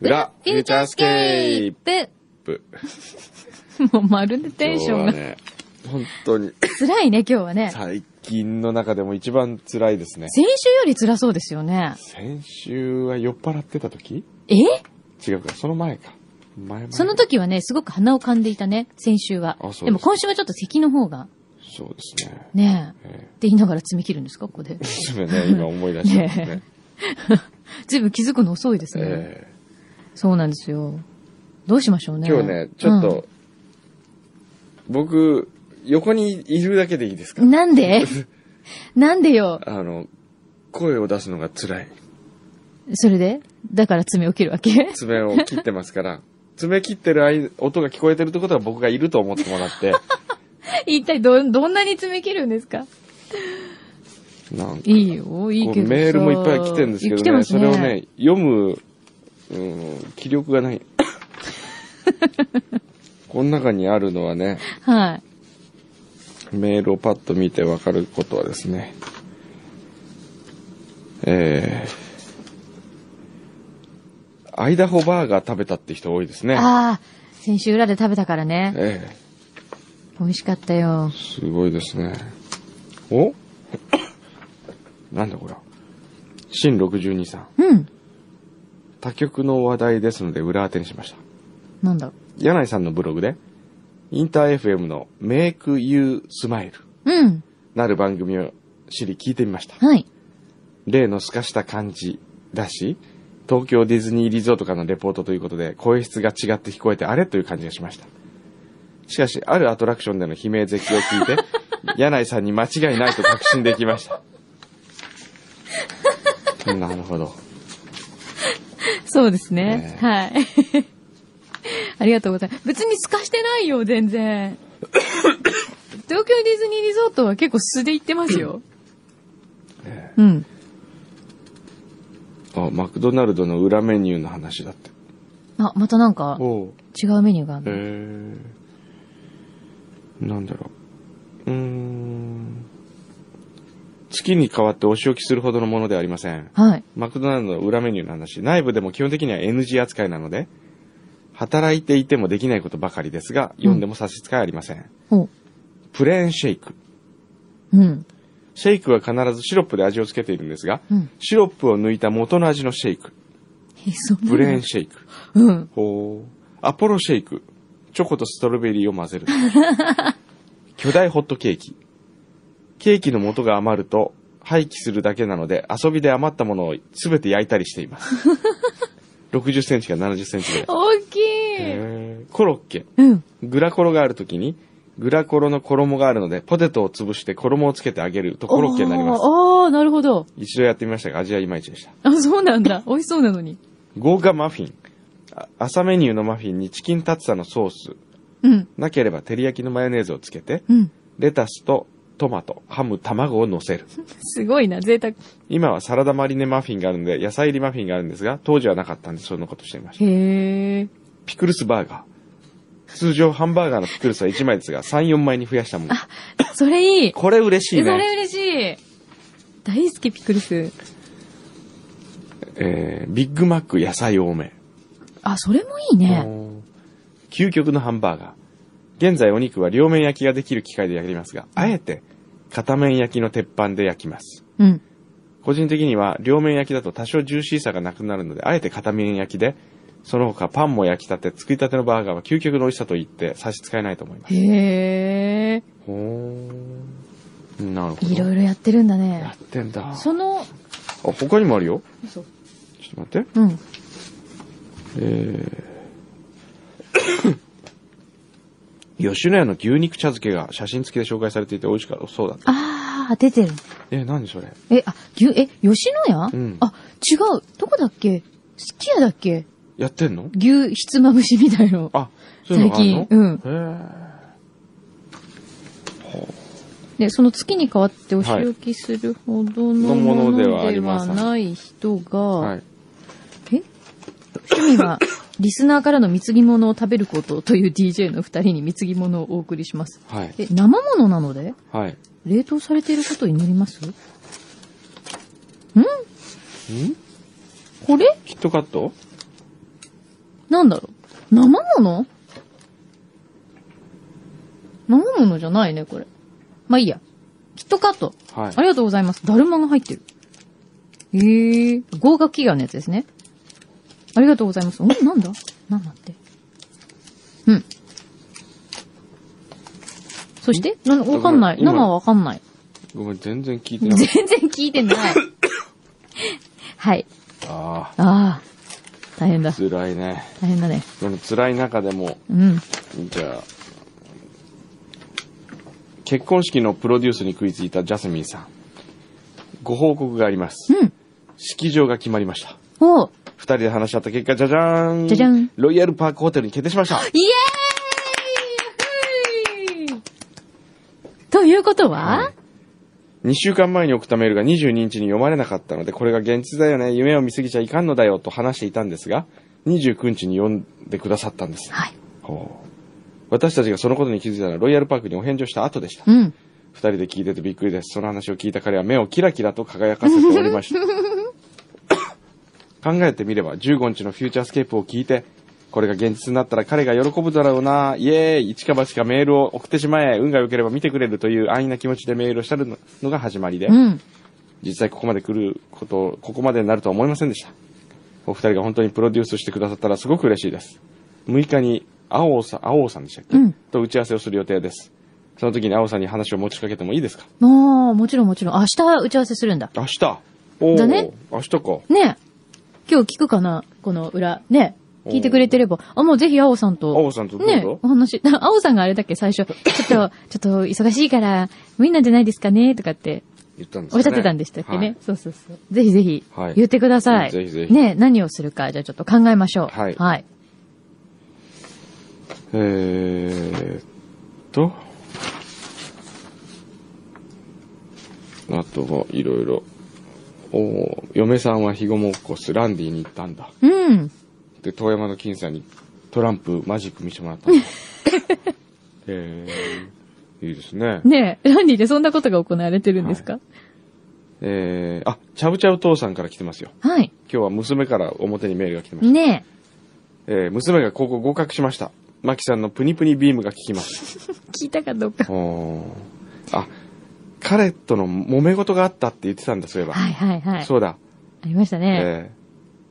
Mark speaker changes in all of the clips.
Speaker 1: 裏、フューチャースケー
Speaker 2: プ
Speaker 1: プ。
Speaker 2: もうまるでテンション
Speaker 1: 今
Speaker 2: が
Speaker 1: 日はね、本当に、
Speaker 2: 辛いね、今日はね。
Speaker 1: 最近の中でも一番辛いですね。
Speaker 2: 先週より辛そうですよね。
Speaker 1: 先週は酔っ払ってた時
Speaker 2: え
Speaker 1: 違うか、その前か。前前
Speaker 2: その時はね、すごく鼻を噛んでいたね、先週は
Speaker 1: あそうです。か
Speaker 2: でも今週はちょっと咳の方が、
Speaker 1: そうですね。
Speaker 2: ねえ、っ
Speaker 1: え
Speaker 2: て言いながら爪切るんですか、ここで
Speaker 1: え。すぐね、今思い出したんです ね。
Speaker 2: 随分気づくの遅いですね。
Speaker 1: ええ
Speaker 2: そうなんですよ。どうしましょうね。
Speaker 1: 今日ね、ちょっと、僕、横にいるだけでいいですか
Speaker 2: うん。なん でなんでよ。
Speaker 1: あの、声を出すのが辛い。
Speaker 2: それでだから爪を切るわけ
Speaker 1: 爪を切ってますから、爪切ってる間音が聞こえてるってことは僕がいると思ってもらって、
Speaker 2: 一体ど、どんなに爪切るんですか
Speaker 1: なんか
Speaker 2: いいよ、いいけどさ
Speaker 1: メールもいっぱい来てるんです
Speaker 2: 来
Speaker 1: けど
Speaker 2: て
Speaker 1: ね、
Speaker 2: ます
Speaker 1: それをね、読む、うん、気力が ない。この中にあるのはね、
Speaker 2: はい。
Speaker 1: メールをパッと見てわかることはですね、えー、アイダホバーガー食べたって人多いですね。
Speaker 2: ああ、先週裏で食べたからね。
Speaker 1: ええ
Speaker 2: 美味しかったよ。
Speaker 1: すごいですね。お なんだこれは。新62さん。
Speaker 2: うん。
Speaker 1: 他局の話題ですので裏当てにしました。
Speaker 2: なんだろ
Speaker 1: 柳井さんのブログで、インター FM のメイクユースマイル
Speaker 2: う。うん。
Speaker 1: なる番組を知り聞いてみました。
Speaker 2: はい。
Speaker 1: 例の透かした感じだし、東京ディズニーリゾートからのレポートということで、声質が違って聞こえてあれという感じがしました。しかし、あるアトラクションでの悲鳴絶叫を聞い て、柳井さんに間違いないと確信できました。 なるほど。
Speaker 2: そうですね。
Speaker 1: え
Speaker 2: はい。 ありがとうございます。別に透かしてないよ、全 然。東京ディズニーリゾートは結構素で行ってますよ。うん。
Speaker 1: あ、マクドナルドの裏メニューの話だって。
Speaker 2: あ、またなんか
Speaker 1: おう。
Speaker 2: 違うメニューがある
Speaker 1: え
Speaker 2: の。
Speaker 1: ー、なんだろう。うーん。月に変わってお仕置きするほどのものではありません。
Speaker 2: はい。
Speaker 1: マクドナルドの裏メニューの話、内部でも基本的には NG 扱いなので、働いていてもできないことばかりですが、読んでも差し支えありません。
Speaker 2: お
Speaker 1: プレーンシェイク。
Speaker 2: うん。
Speaker 1: シェイクは必ずシロップで味をつけているんですが、
Speaker 2: うん
Speaker 1: シロップを抜いた元の味のシェイク。
Speaker 2: え、そんなの
Speaker 1: プレーンシェイク。
Speaker 2: うん。
Speaker 1: ほう。アポロシェイク。チョコとストロベリーを混ぜる。巨大ホットケーキ。ケーキの元が余ると廃棄するだけなので遊びで余ったものを全て焼いたりしています。60センチか70センチぐらい。
Speaker 2: 大きい。
Speaker 1: へーコロッケ。
Speaker 2: うん。
Speaker 1: グラコロがあるときに、グラコロの衣があるので、ポテトを潰して衣をつけてあげるとコロッケになります
Speaker 2: あ。ーあー、なるほど。
Speaker 1: 一度やってみましたが、味はいまいちでした。
Speaker 2: あ、そうなん だ。美味しそうなのに。
Speaker 1: 豪華マフィン。あ朝メニューのマフィンにチキンタツタのソース、
Speaker 2: うん。
Speaker 1: なければ照り焼きのマヨネーズをつけて、
Speaker 2: うん。
Speaker 1: レタスとトマト、ハム、卵を乗せる。
Speaker 2: すごいな、贅沢。
Speaker 1: 今はサラダマリネマフィンがあるので、野菜入りマフィンがあるんですが、当時はなかったんで、そのことしていました。
Speaker 2: へえ。
Speaker 1: ピクルスバーガー。通常ハンバーガーのピクルスは1枚ですが、3、4枚に増やしたもの。
Speaker 2: それいい。
Speaker 1: これ嬉しい
Speaker 2: そ
Speaker 1: ね。
Speaker 2: れ嬉しい。大好きピクルス。
Speaker 1: えー、ビッグマック野菜多め。
Speaker 2: あ、それもいいね。
Speaker 1: 究極のハンバーガー。現在お肉は両面焼きができる機械で焼きますが、あえて片面焼きの鉄板で焼きます。
Speaker 2: うん。
Speaker 1: 個人的には両面焼きだと多少ジューシーさがなくなるので、あえて片面焼きで、その他パンも焼きたて、作りたてのバーガーは究極の美味しさと言って差し支えないと思います。
Speaker 2: へえ。
Speaker 1: ほーなるほど。
Speaker 2: いろいろやってるんだ
Speaker 1: や
Speaker 2: ね
Speaker 1: っ。てんだ。あ、
Speaker 2: その、
Speaker 1: 他にもあるよ。
Speaker 2: 嘘
Speaker 1: ちょっと待って。
Speaker 2: うん。
Speaker 1: えー 吉野家の牛肉茶漬けが写真付きで紹介されていて美味しかった。そうだ。
Speaker 2: あー、出てる。
Speaker 1: え、何それ
Speaker 2: え、あ、牛、え、吉野家、
Speaker 1: うん
Speaker 2: あ、違う。どこだっけすき家だっけ
Speaker 1: やってんの
Speaker 2: 牛ひつまぶしみたいの。
Speaker 1: あ、そういうのがあるの
Speaker 2: 最近うん
Speaker 1: ん。
Speaker 2: で、その月に変わってお仕置きするほどの
Speaker 1: の
Speaker 2: も
Speaker 1: もの
Speaker 2: の
Speaker 1: で
Speaker 2: で
Speaker 1: はありま
Speaker 2: は
Speaker 1: せん
Speaker 2: ない人が、
Speaker 1: へーはい。
Speaker 2: え趣味は、リスナーからの貢ぎ物を食べることという DJ の二人に貢ぎ物をお送りします。
Speaker 1: はい。
Speaker 2: え、生物なので
Speaker 1: はい。
Speaker 2: 冷凍されていることになりますんこれ
Speaker 1: キットカット
Speaker 2: なんだろう。生もの生ものじゃないね、これ。まあいいや。キットカット。
Speaker 1: はい
Speaker 2: あ。りがとうございます。だるまが入ってる。ええー、合格祈願のやつですね。ありがとうございます。お、なんだなんだって。うん。そしてな、わかんない。
Speaker 1: 今
Speaker 2: 生はわかんない。
Speaker 1: ごめん、全然聞いて
Speaker 2: 全
Speaker 1: なかっ
Speaker 2: 然聞いてない。 はい。
Speaker 1: た。あ
Speaker 2: ああ。大変だ
Speaker 1: あ、。辛いね。
Speaker 2: 大変だね。
Speaker 1: でも辛い中でも、
Speaker 2: うん。
Speaker 1: じゃあ、結婚式のプロデュースに食いついたジャスミンさん。ご報告があります。
Speaker 2: うん。
Speaker 1: 式場が決まりました。
Speaker 2: おう
Speaker 1: 二人で話し合った結果、じゃじゃーん。
Speaker 2: じゃじゃん
Speaker 1: ロイヤルパークホテルに決定しました。
Speaker 2: イエーイふいということは、
Speaker 1: 2週間前に送ったメールが22日に読まれなかったので、これが現実だよね、夢を見すぎちゃいかんのだよと話していたんですが、29日に読んでくださったんです。
Speaker 2: はい。
Speaker 1: ほう私たちがそのことに気づいたのは、ロイヤルパークにお返事をした後でした。
Speaker 2: うん。
Speaker 1: 二人で聞いててびっくりです。その話を聞いた彼は目をキラキラと輝かせており ました。考えてみれば、15日のフューチャースケープを聞いて、これが現実になったら彼が喜ぶだろうな、イエーイ、一か八かメールを送ってしまえ、運が良ければ見てくれるという安易な気持ちでメールをしたのが始まりで、
Speaker 2: うん。
Speaker 1: 実際ここまで来ること、ここまでになるとは思いませんでした。お二人が本当にプロデュースしてくださったらすごく嬉しいです。6日に、青尾さん、青尾さんでしたっけ、
Speaker 2: うん
Speaker 1: と打ち合わせをする予定です。その時に青尾さんに話を持ちかけてもいいですか
Speaker 2: ああ、もちろんもちろん。明日打ち合わせするんだ。
Speaker 1: 明日おー
Speaker 2: だね
Speaker 1: 明日か。
Speaker 2: ねえ。今日聞くかなこの裏。ねえ。
Speaker 1: おー
Speaker 2: 聞いてくれてれば。あ、もうぜひ、青さんと。
Speaker 1: 青さんとどうぞ
Speaker 2: ねえ、お話。 青さんがあれだっけ、最初。ちょっと、 ちょっと、忙しいから、無理なんじゃないですかねとかって、
Speaker 1: 言ったんです
Speaker 2: おっしゃってたんでしたっけね。そうそうそう。ぜひぜひ
Speaker 1: はい、
Speaker 2: 言ってください。
Speaker 1: ぜひぜひ
Speaker 2: ねえ、何をするか、じゃあちょっと考えましょう。
Speaker 1: はい
Speaker 2: はい。
Speaker 1: はいえーっと。あとはいろいろ。おー嫁さんはひごもっこす、ランディに行ったんだ。
Speaker 2: うん。
Speaker 1: で、遠山の金さんにトランプマジック見せてもら ったんだ。えー、いいですね。
Speaker 2: ねえ、ランディでそんなことが行われてるんですか
Speaker 1: えー、あ、ちゃぶちゃぶ父さんから来てますよ。
Speaker 2: はい。
Speaker 1: 今日は娘から表にメールが来てました。
Speaker 2: ね
Speaker 1: えー、娘が高校合格しました。マキさんのプニプニビームが効きます。
Speaker 2: え、聞いたかどうか。
Speaker 1: おーあ、彼との揉め事があったって言ってたんだ、そういえば。
Speaker 2: はいはいはい。
Speaker 1: そうだ。
Speaker 2: ありましたね。
Speaker 1: えー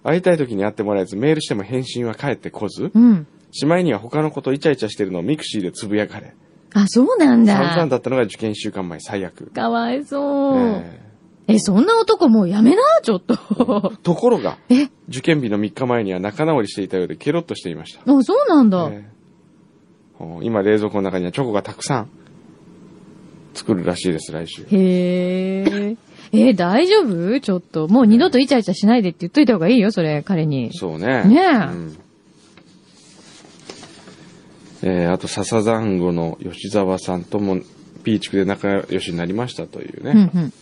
Speaker 1: 会いたい時に会ってもらえず、メールしても返信は返ってこず、
Speaker 2: うん。
Speaker 1: しまいには他のことイチャイチャしてるのをミクシーでつぶやかれ、
Speaker 2: あ、そうなんだ。
Speaker 1: 散々だったのが受験一週間前、最悪。
Speaker 2: かわいそう。
Speaker 1: え
Speaker 2: え、そんな男もうやめな、ちょっと。
Speaker 1: ーところが、
Speaker 2: え、
Speaker 1: 受験日の3日前には仲直りしていたようで、ケロッとしていました。
Speaker 2: あ、そうなんだ。
Speaker 1: えーお今、冷蔵庫の中にはチョコがたくさん作るらしいです、来週。
Speaker 2: へえ。え、大丈夫ちょっと。もう二度とイチャイチャしないでって言っといた方がいいよ、それ、彼に。
Speaker 1: そうね。
Speaker 2: ねえ
Speaker 1: うんえーあと、笹団子の吉沢さんとも、ピーチクで仲良しになりましたというね。
Speaker 2: うんうん。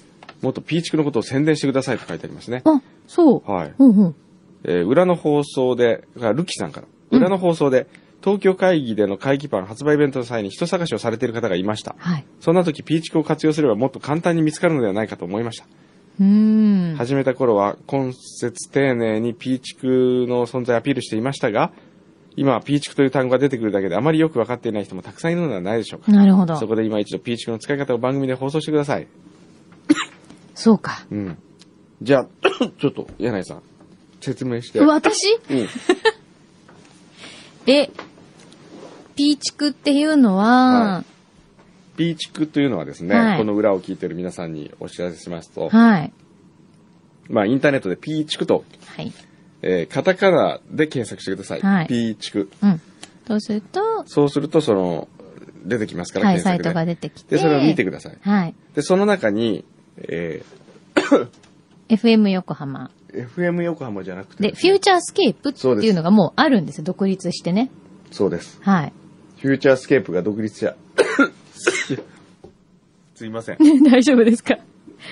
Speaker 1: もっとピーチクのことを宣伝してくださいと書いてありますね。
Speaker 2: あ、そう。
Speaker 1: はい。
Speaker 2: うんうん。
Speaker 1: えー裏の放送で、あルキさんから。裏の放送で、東京会議での会議パン発売イベントの際に人探しをされている方がいました。
Speaker 2: はい。
Speaker 1: そんな時、ピーチクを活用すればもっと簡単に見つかるのではないかと思いました。
Speaker 2: うーん。
Speaker 1: 始めた頃は、今節丁寧にピーチクの存在をアピールしていましたが、今はピーチクという単語が出てくるだけであまりよくわかっていない人もたくさんいるのではないでしょうか。
Speaker 2: なるほど。
Speaker 1: そ
Speaker 2: そ
Speaker 1: こで今一度ピーチクの使い方を番組で放送してください。
Speaker 2: うか。
Speaker 1: うん。じゃあ、ちょっと、柳井さん、説明して。
Speaker 2: 私
Speaker 1: うん。
Speaker 2: え、ピーチクっていうのは
Speaker 1: は、ピーチクというのはですね、
Speaker 2: はい
Speaker 1: この裏を聞いている皆さんにお知らせしますと、
Speaker 2: はい。
Speaker 1: まあ、インターネットでピーチクと、
Speaker 2: はい。
Speaker 1: えーカタカナで検索してください。
Speaker 2: はい
Speaker 1: ピーチク。
Speaker 2: うん。そうすると、
Speaker 1: そうすると、その、出てきますから、
Speaker 2: はい、サイト
Speaker 1: 検索で。
Speaker 2: が出てきて。
Speaker 1: で、それを見てください。
Speaker 2: はい。
Speaker 1: で、その中に、え
Speaker 2: FM 横浜。
Speaker 1: ー FM 横浜じゃなくて
Speaker 2: で、フューチャースケープっていうのがもうあるんですよ。独立してね。
Speaker 1: そうです。
Speaker 2: はい。
Speaker 1: フューチャースケープが独立者。 すいま せん。
Speaker 2: 大丈夫ですか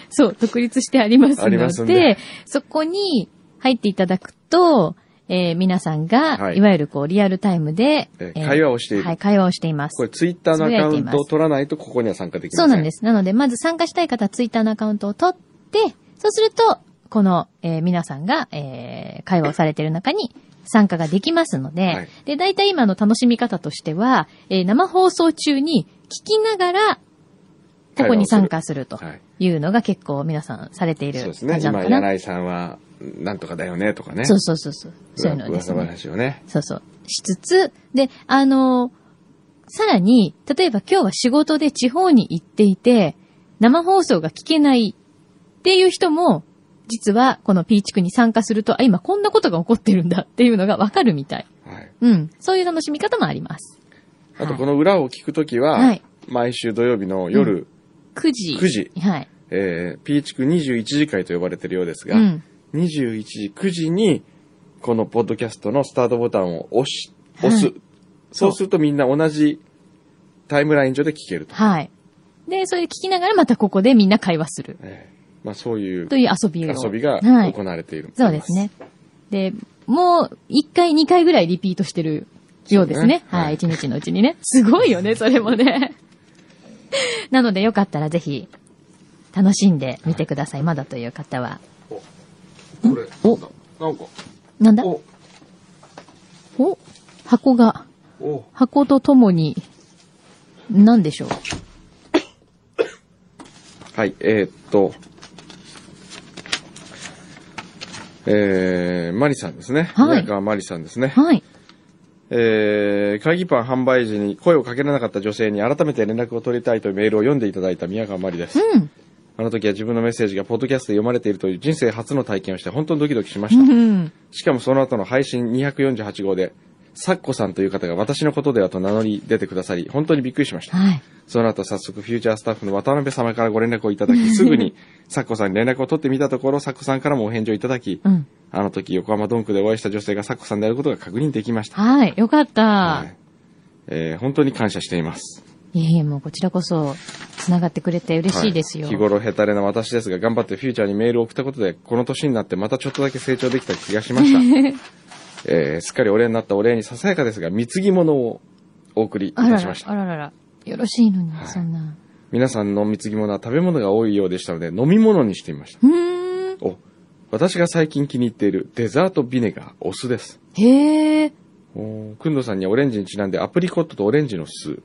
Speaker 2: そう、独立してあります
Speaker 1: あり
Speaker 2: の
Speaker 1: ま
Speaker 2: で、
Speaker 1: すんで
Speaker 2: そこに入っていただくと、えー皆さんが、
Speaker 1: はい
Speaker 2: い、わゆるこう、リアルタイムで、
Speaker 1: えー会話をしている
Speaker 2: はい、会話をしています
Speaker 1: こ。れ、ツイッターのアカウントを取らないと、ここには参加できま
Speaker 2: そ
Speaker 1: せ。
Speaker 2: うんなんです。なので、まず参加したい方はツイッターのアカウントを取って、そうすると、この、えー皆さんが、えー会話をされている中に参加ができますので、
Speaker 1: はい
Speaker 2: で、大体今の楽しみ方としては、えー生放送中に聞きながら、ここに参加すると
Speaker 1: はい。
Speaker 2: いうのが結構皆さんされている
Speaker 1: そ
Speaker 2: 感
Speaker 1: うです
Speaker 2: じな
Speaker 1: ね。
Speaker 2: の
Speaker 1: 今、
Speaker 2: かな。
Speaker 1: 柳井さんは、なんとかだよね、とかね。
Speaker 2: そうそうそうそう。そういうのです
Speaker 1: 噂
Speaker 2: ね。
Speaker 1: 話をね。
Speaker 2: そうそう。しつつ、で、あの、さらに、例えば今日は仕事で地方に行っていて、生放送が聞けないっていう人も、実はこの P 地区に参加すると、あ、今こんなことが起こってるんだっていうのがわかるみたい。
Speaker 1: はい。
Speaker 2: うん。そういう楽しみ方もあります。
Speaker 1: あと、この裏を聞くときは、
Speaker 2: はい
Speaker 1: 毎週土曜日の夜、
Speaker 2: 9時。
Speaker 1: 9時
Speaker 2: はい。
Speaker 1: えー、P 地区21時会と呼ばれてるようですが、
Speaker 2: うん。
Speaker 1: 21時、9時に、このポッドキャストのスタートボタンを押し、押す。
Speaker 2: はい
Speaker 1: そうするとみんな同じタイムライン上で聞けると。
Speaker 2: はい。で、それ聞きながらまたここでみんな会話する。
Speaker 1: えーまあそういう
Speaker 2: という遊びを。
Speaker 1: 遊びが
Speaker 2: はい
Speaker 1: 行。われている、
Speaker 2: そうですね。。で、もう、一回、二回ぐらいリピートしてるようですね。
Speaker 1: そうね
Speaker 2: は
Speaker 1: はい
Speaker 2: い、一日のうちにね。すごいよね、それもね。 なので、よかったらぜひ、楽しんでみてください。まだという方は。
Speaker 1: これ、
Speaker 2: お
Speaker 1: なんか、
Speaker 2: なんだお
Speaker 1: お、
Speaker 2: 箱が、
Speaker 1: お、
Speaker 2: 箱とともに、なんでしょう。
Speaker 1: はい、えー、っと、えー、マリさんですね。
Speaker 2: はい
Speaker 1: 宮川マリさんですね。
Speaker 2: はい。
Speaker 1: えー、会議パン販売時に声をかけられなかった女性に改めて連絡を取りたいというメールを読んでいただいた宮川まりです。
Speaker 2: うん。
Speaker 1: あの時は自分のメッセージがポッドキャストで読まれているという人生初の体験をして本当にドキドキしま
Speaker 2: う
Speaker 1: した。
Speaker 2: ん。
Speaker 1: しかもその後の配信248号で、サッコさんという方が私のことではと名乗り出てくださり、本当にびっくりしました。
Speaker 2: はい。
Speaker 1: その後早速フューチャースタッフの渡辺様からご連絡をいただき、す ぐにサッコさんに連絡を取ってみたところ、サッコさんからもお返事をいただき、
Speaker 2: うん。
Speaker 1: あの時横浜ドンクでお会いした女性がサッコさんであることが確認できました。
Speaker 2: はい。よかった。
Speaker 1: はいえー本当に感謝しています。
Speaker 2: い、えいえ、もうこちらこそ、繋がってくれて嬉しいですよ。
Speaker 1: はい日頃ヘタレな私ですが、頑張ってフューチャーにメールを送ったことで、この年になってまたちょっとだけ成長できた気がしま した。えーすっかりお礼になったお礼にささやかですが、貢ぎ物をお送りい
Speaker 2: あ
Speaker 1: た
Speaker 2: ら
Speaker 1: し
Speaker 2: ら
Speaker 1: まし、
Speaker 2: あ
Speaker 1: た。
Speaker 2: ららら。よろしいのに、
Speaker 1: はい
Speaker 2: そんな。
Speaker 1: 皆さんの貢ぎ物は食べ物が多いようでしたので、飲み物にしてみました。
Speaker 2: うーん。
Speaker 1: お、私が最近気に入っているデザートビネガー、お酢です。
Speaker 2: へえ。
Speaker 1: おーくんどさんにはオレンジにちなんでアプリコットとオレンジの酢。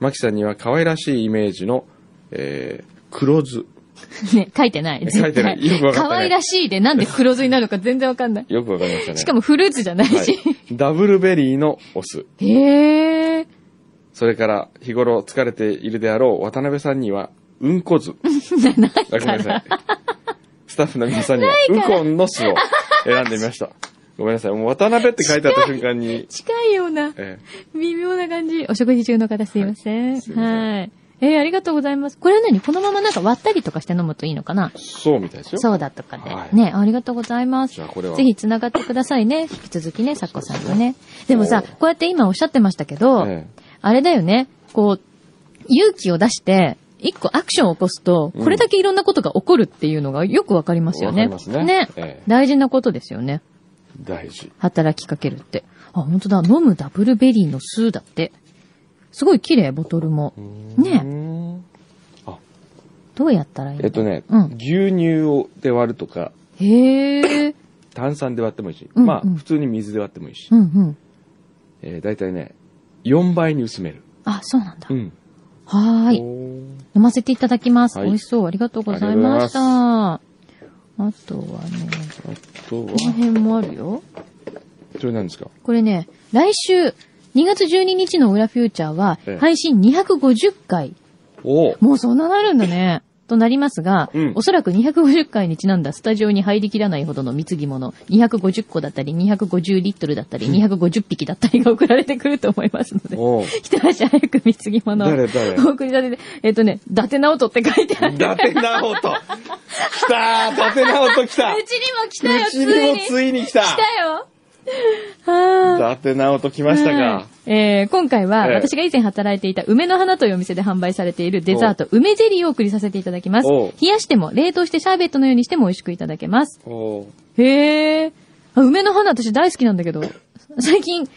Speaker 1: まきさんには可愛らしいイメージの、えー、黒酢。
Speaker 2: ね、書いてない。
Speaker 1: 書いてない
Speaker 2: 絶対
Speaker 1: よくわかってない
Speaker 2: 可愛らしいで、なんで黒酢になるか全然わかんない。
Speaker 1: よくわかりましたね。
Speaker 2: しかもフルーツじゃない
Speaker 1: は
Speaker 2: し。
Speaker 1: い、ダブルベリーのオス。
Speaker 2: へえ。
Speaker 1: それから、日頃疲れているであろう渡辺さんには、うん こ酢。あごめんなさい。スタッフの皆さんには、ウコンの酢を選んでみました。ごめんなさい。もう渡辺って書いてあった瞬間に、
Speaker 2: 近いような、
Speaker 1: え
Speaker 2: 微妙な感じ。お食事中の方すいません。
Speaker 1: はいすいません
Speaker 2: はい。えーありがとうございます。これは何このままなんか割ったりとかして飲むといいのかな
Speaker 1: ーそうみたいですよ。
Speaker 2: そうだとかで。
Speaker 1: はい
Speaker 2: ね、ありがとうございます。
Speaker 1: じゃあこれは
Speaker 2: ぜひ繋がってくださいね。引き続きね、サッコさんとね。でもさ、
Speaker 1: お
Speaker 2: こうやって今おっしゃってましたけど、
Speaker 1: え
Speaker 2: あれだよね、こう、勇気を出して、一個アクションを起こすと、
Speaker 1: うん
Speaker 2: これだけいろんなことが起こるっていうのがよくわかりますよね。
Speaker 1: わかりますねええ
Speaker 2: 大事なことですよね。
Speaker 1: え大事。
Speaker 2: 働きかけるって。あ、本当だ。飲むダブルベリーの酢だって。すごい綺麗、ボトルも。ね
Speaker 1: ねあ、
Speaker 2: どうやったらいいの
Speaker 1: えっとね、
Speaker 2: うん。
Speaker 1: 牛乳をで割るとか、
Speaker 2: へえ。
Speaker 1: 炭酸で割ってもいいし、
Speaker 2: うんうん
Speaker 1: まあ、普通に水で割ってもいいし、
Speaker 2: うんうん。
Speaker 1: えー、大体ね、4倍に薄める。
Speaker 2: あ、そうなんだ。
Speaker 1: ん。
Speaker 2: はーい。
Speaker 1: い。
Speaker 2: 飲ませていただきます。
Speaker 1: はい
Speaker 2: 美味しそう。ありがとうございました。あとはね、
Speaker 1: あとは
Speaker 2: こ、の辺もあるよ。
Speaker 1: それなんですか
Speaker 2: これね、来週、2月12日の裏フューチャーは
Speaker 1: ええ、
Speaker 2: 配信250回。
Speaker 1: お
Speaker 2: もうそんななるんだ ね。となりますが、
Speaker 1: うん
Speaker 2: おそらく250回にちなんだスタジオに入りきらないほどの貢ぎ物、250個だったり、250リットルだったり、250匹だったりが送られてくると思いますので、
Speaker 1: お
Speaker 2: 一足早く貢ぎ物を
Speaker 1: 誰誰
Speaker 2: お送り立てて、えっ、とね、伊達直人って書いてある。
Speaker 1: 伊達直人来たー伊達直人来た
Speaker 2: うちにも来たよ、
Speaker 1: う
Speaker 2: つ
Speaker 1: ち
Speaker 2: い
Speaker 1: にも
Speaker 2: に。
Speaker 1: ついに来た
Speaker 2: 来たよ。は
Speaker 1: 伊達直人来ました
Speaker 2: は
Speaker 1: か
Speaker 2: いえー今回は、
Speaker 1: ええ
Speaker 2: 私が以前働いていた梅の花というお店で販売されているデザート、梅ゼリーをお送りさせていただきます。
Speaker 1: おう
Speaker 2: 冷やしても、冷凍してシャーベットのようにしても美味しくいただけます。
Speaker 1: おー
Speaker 2: へえ。あ、梅の花私大好きなんだけど、最近、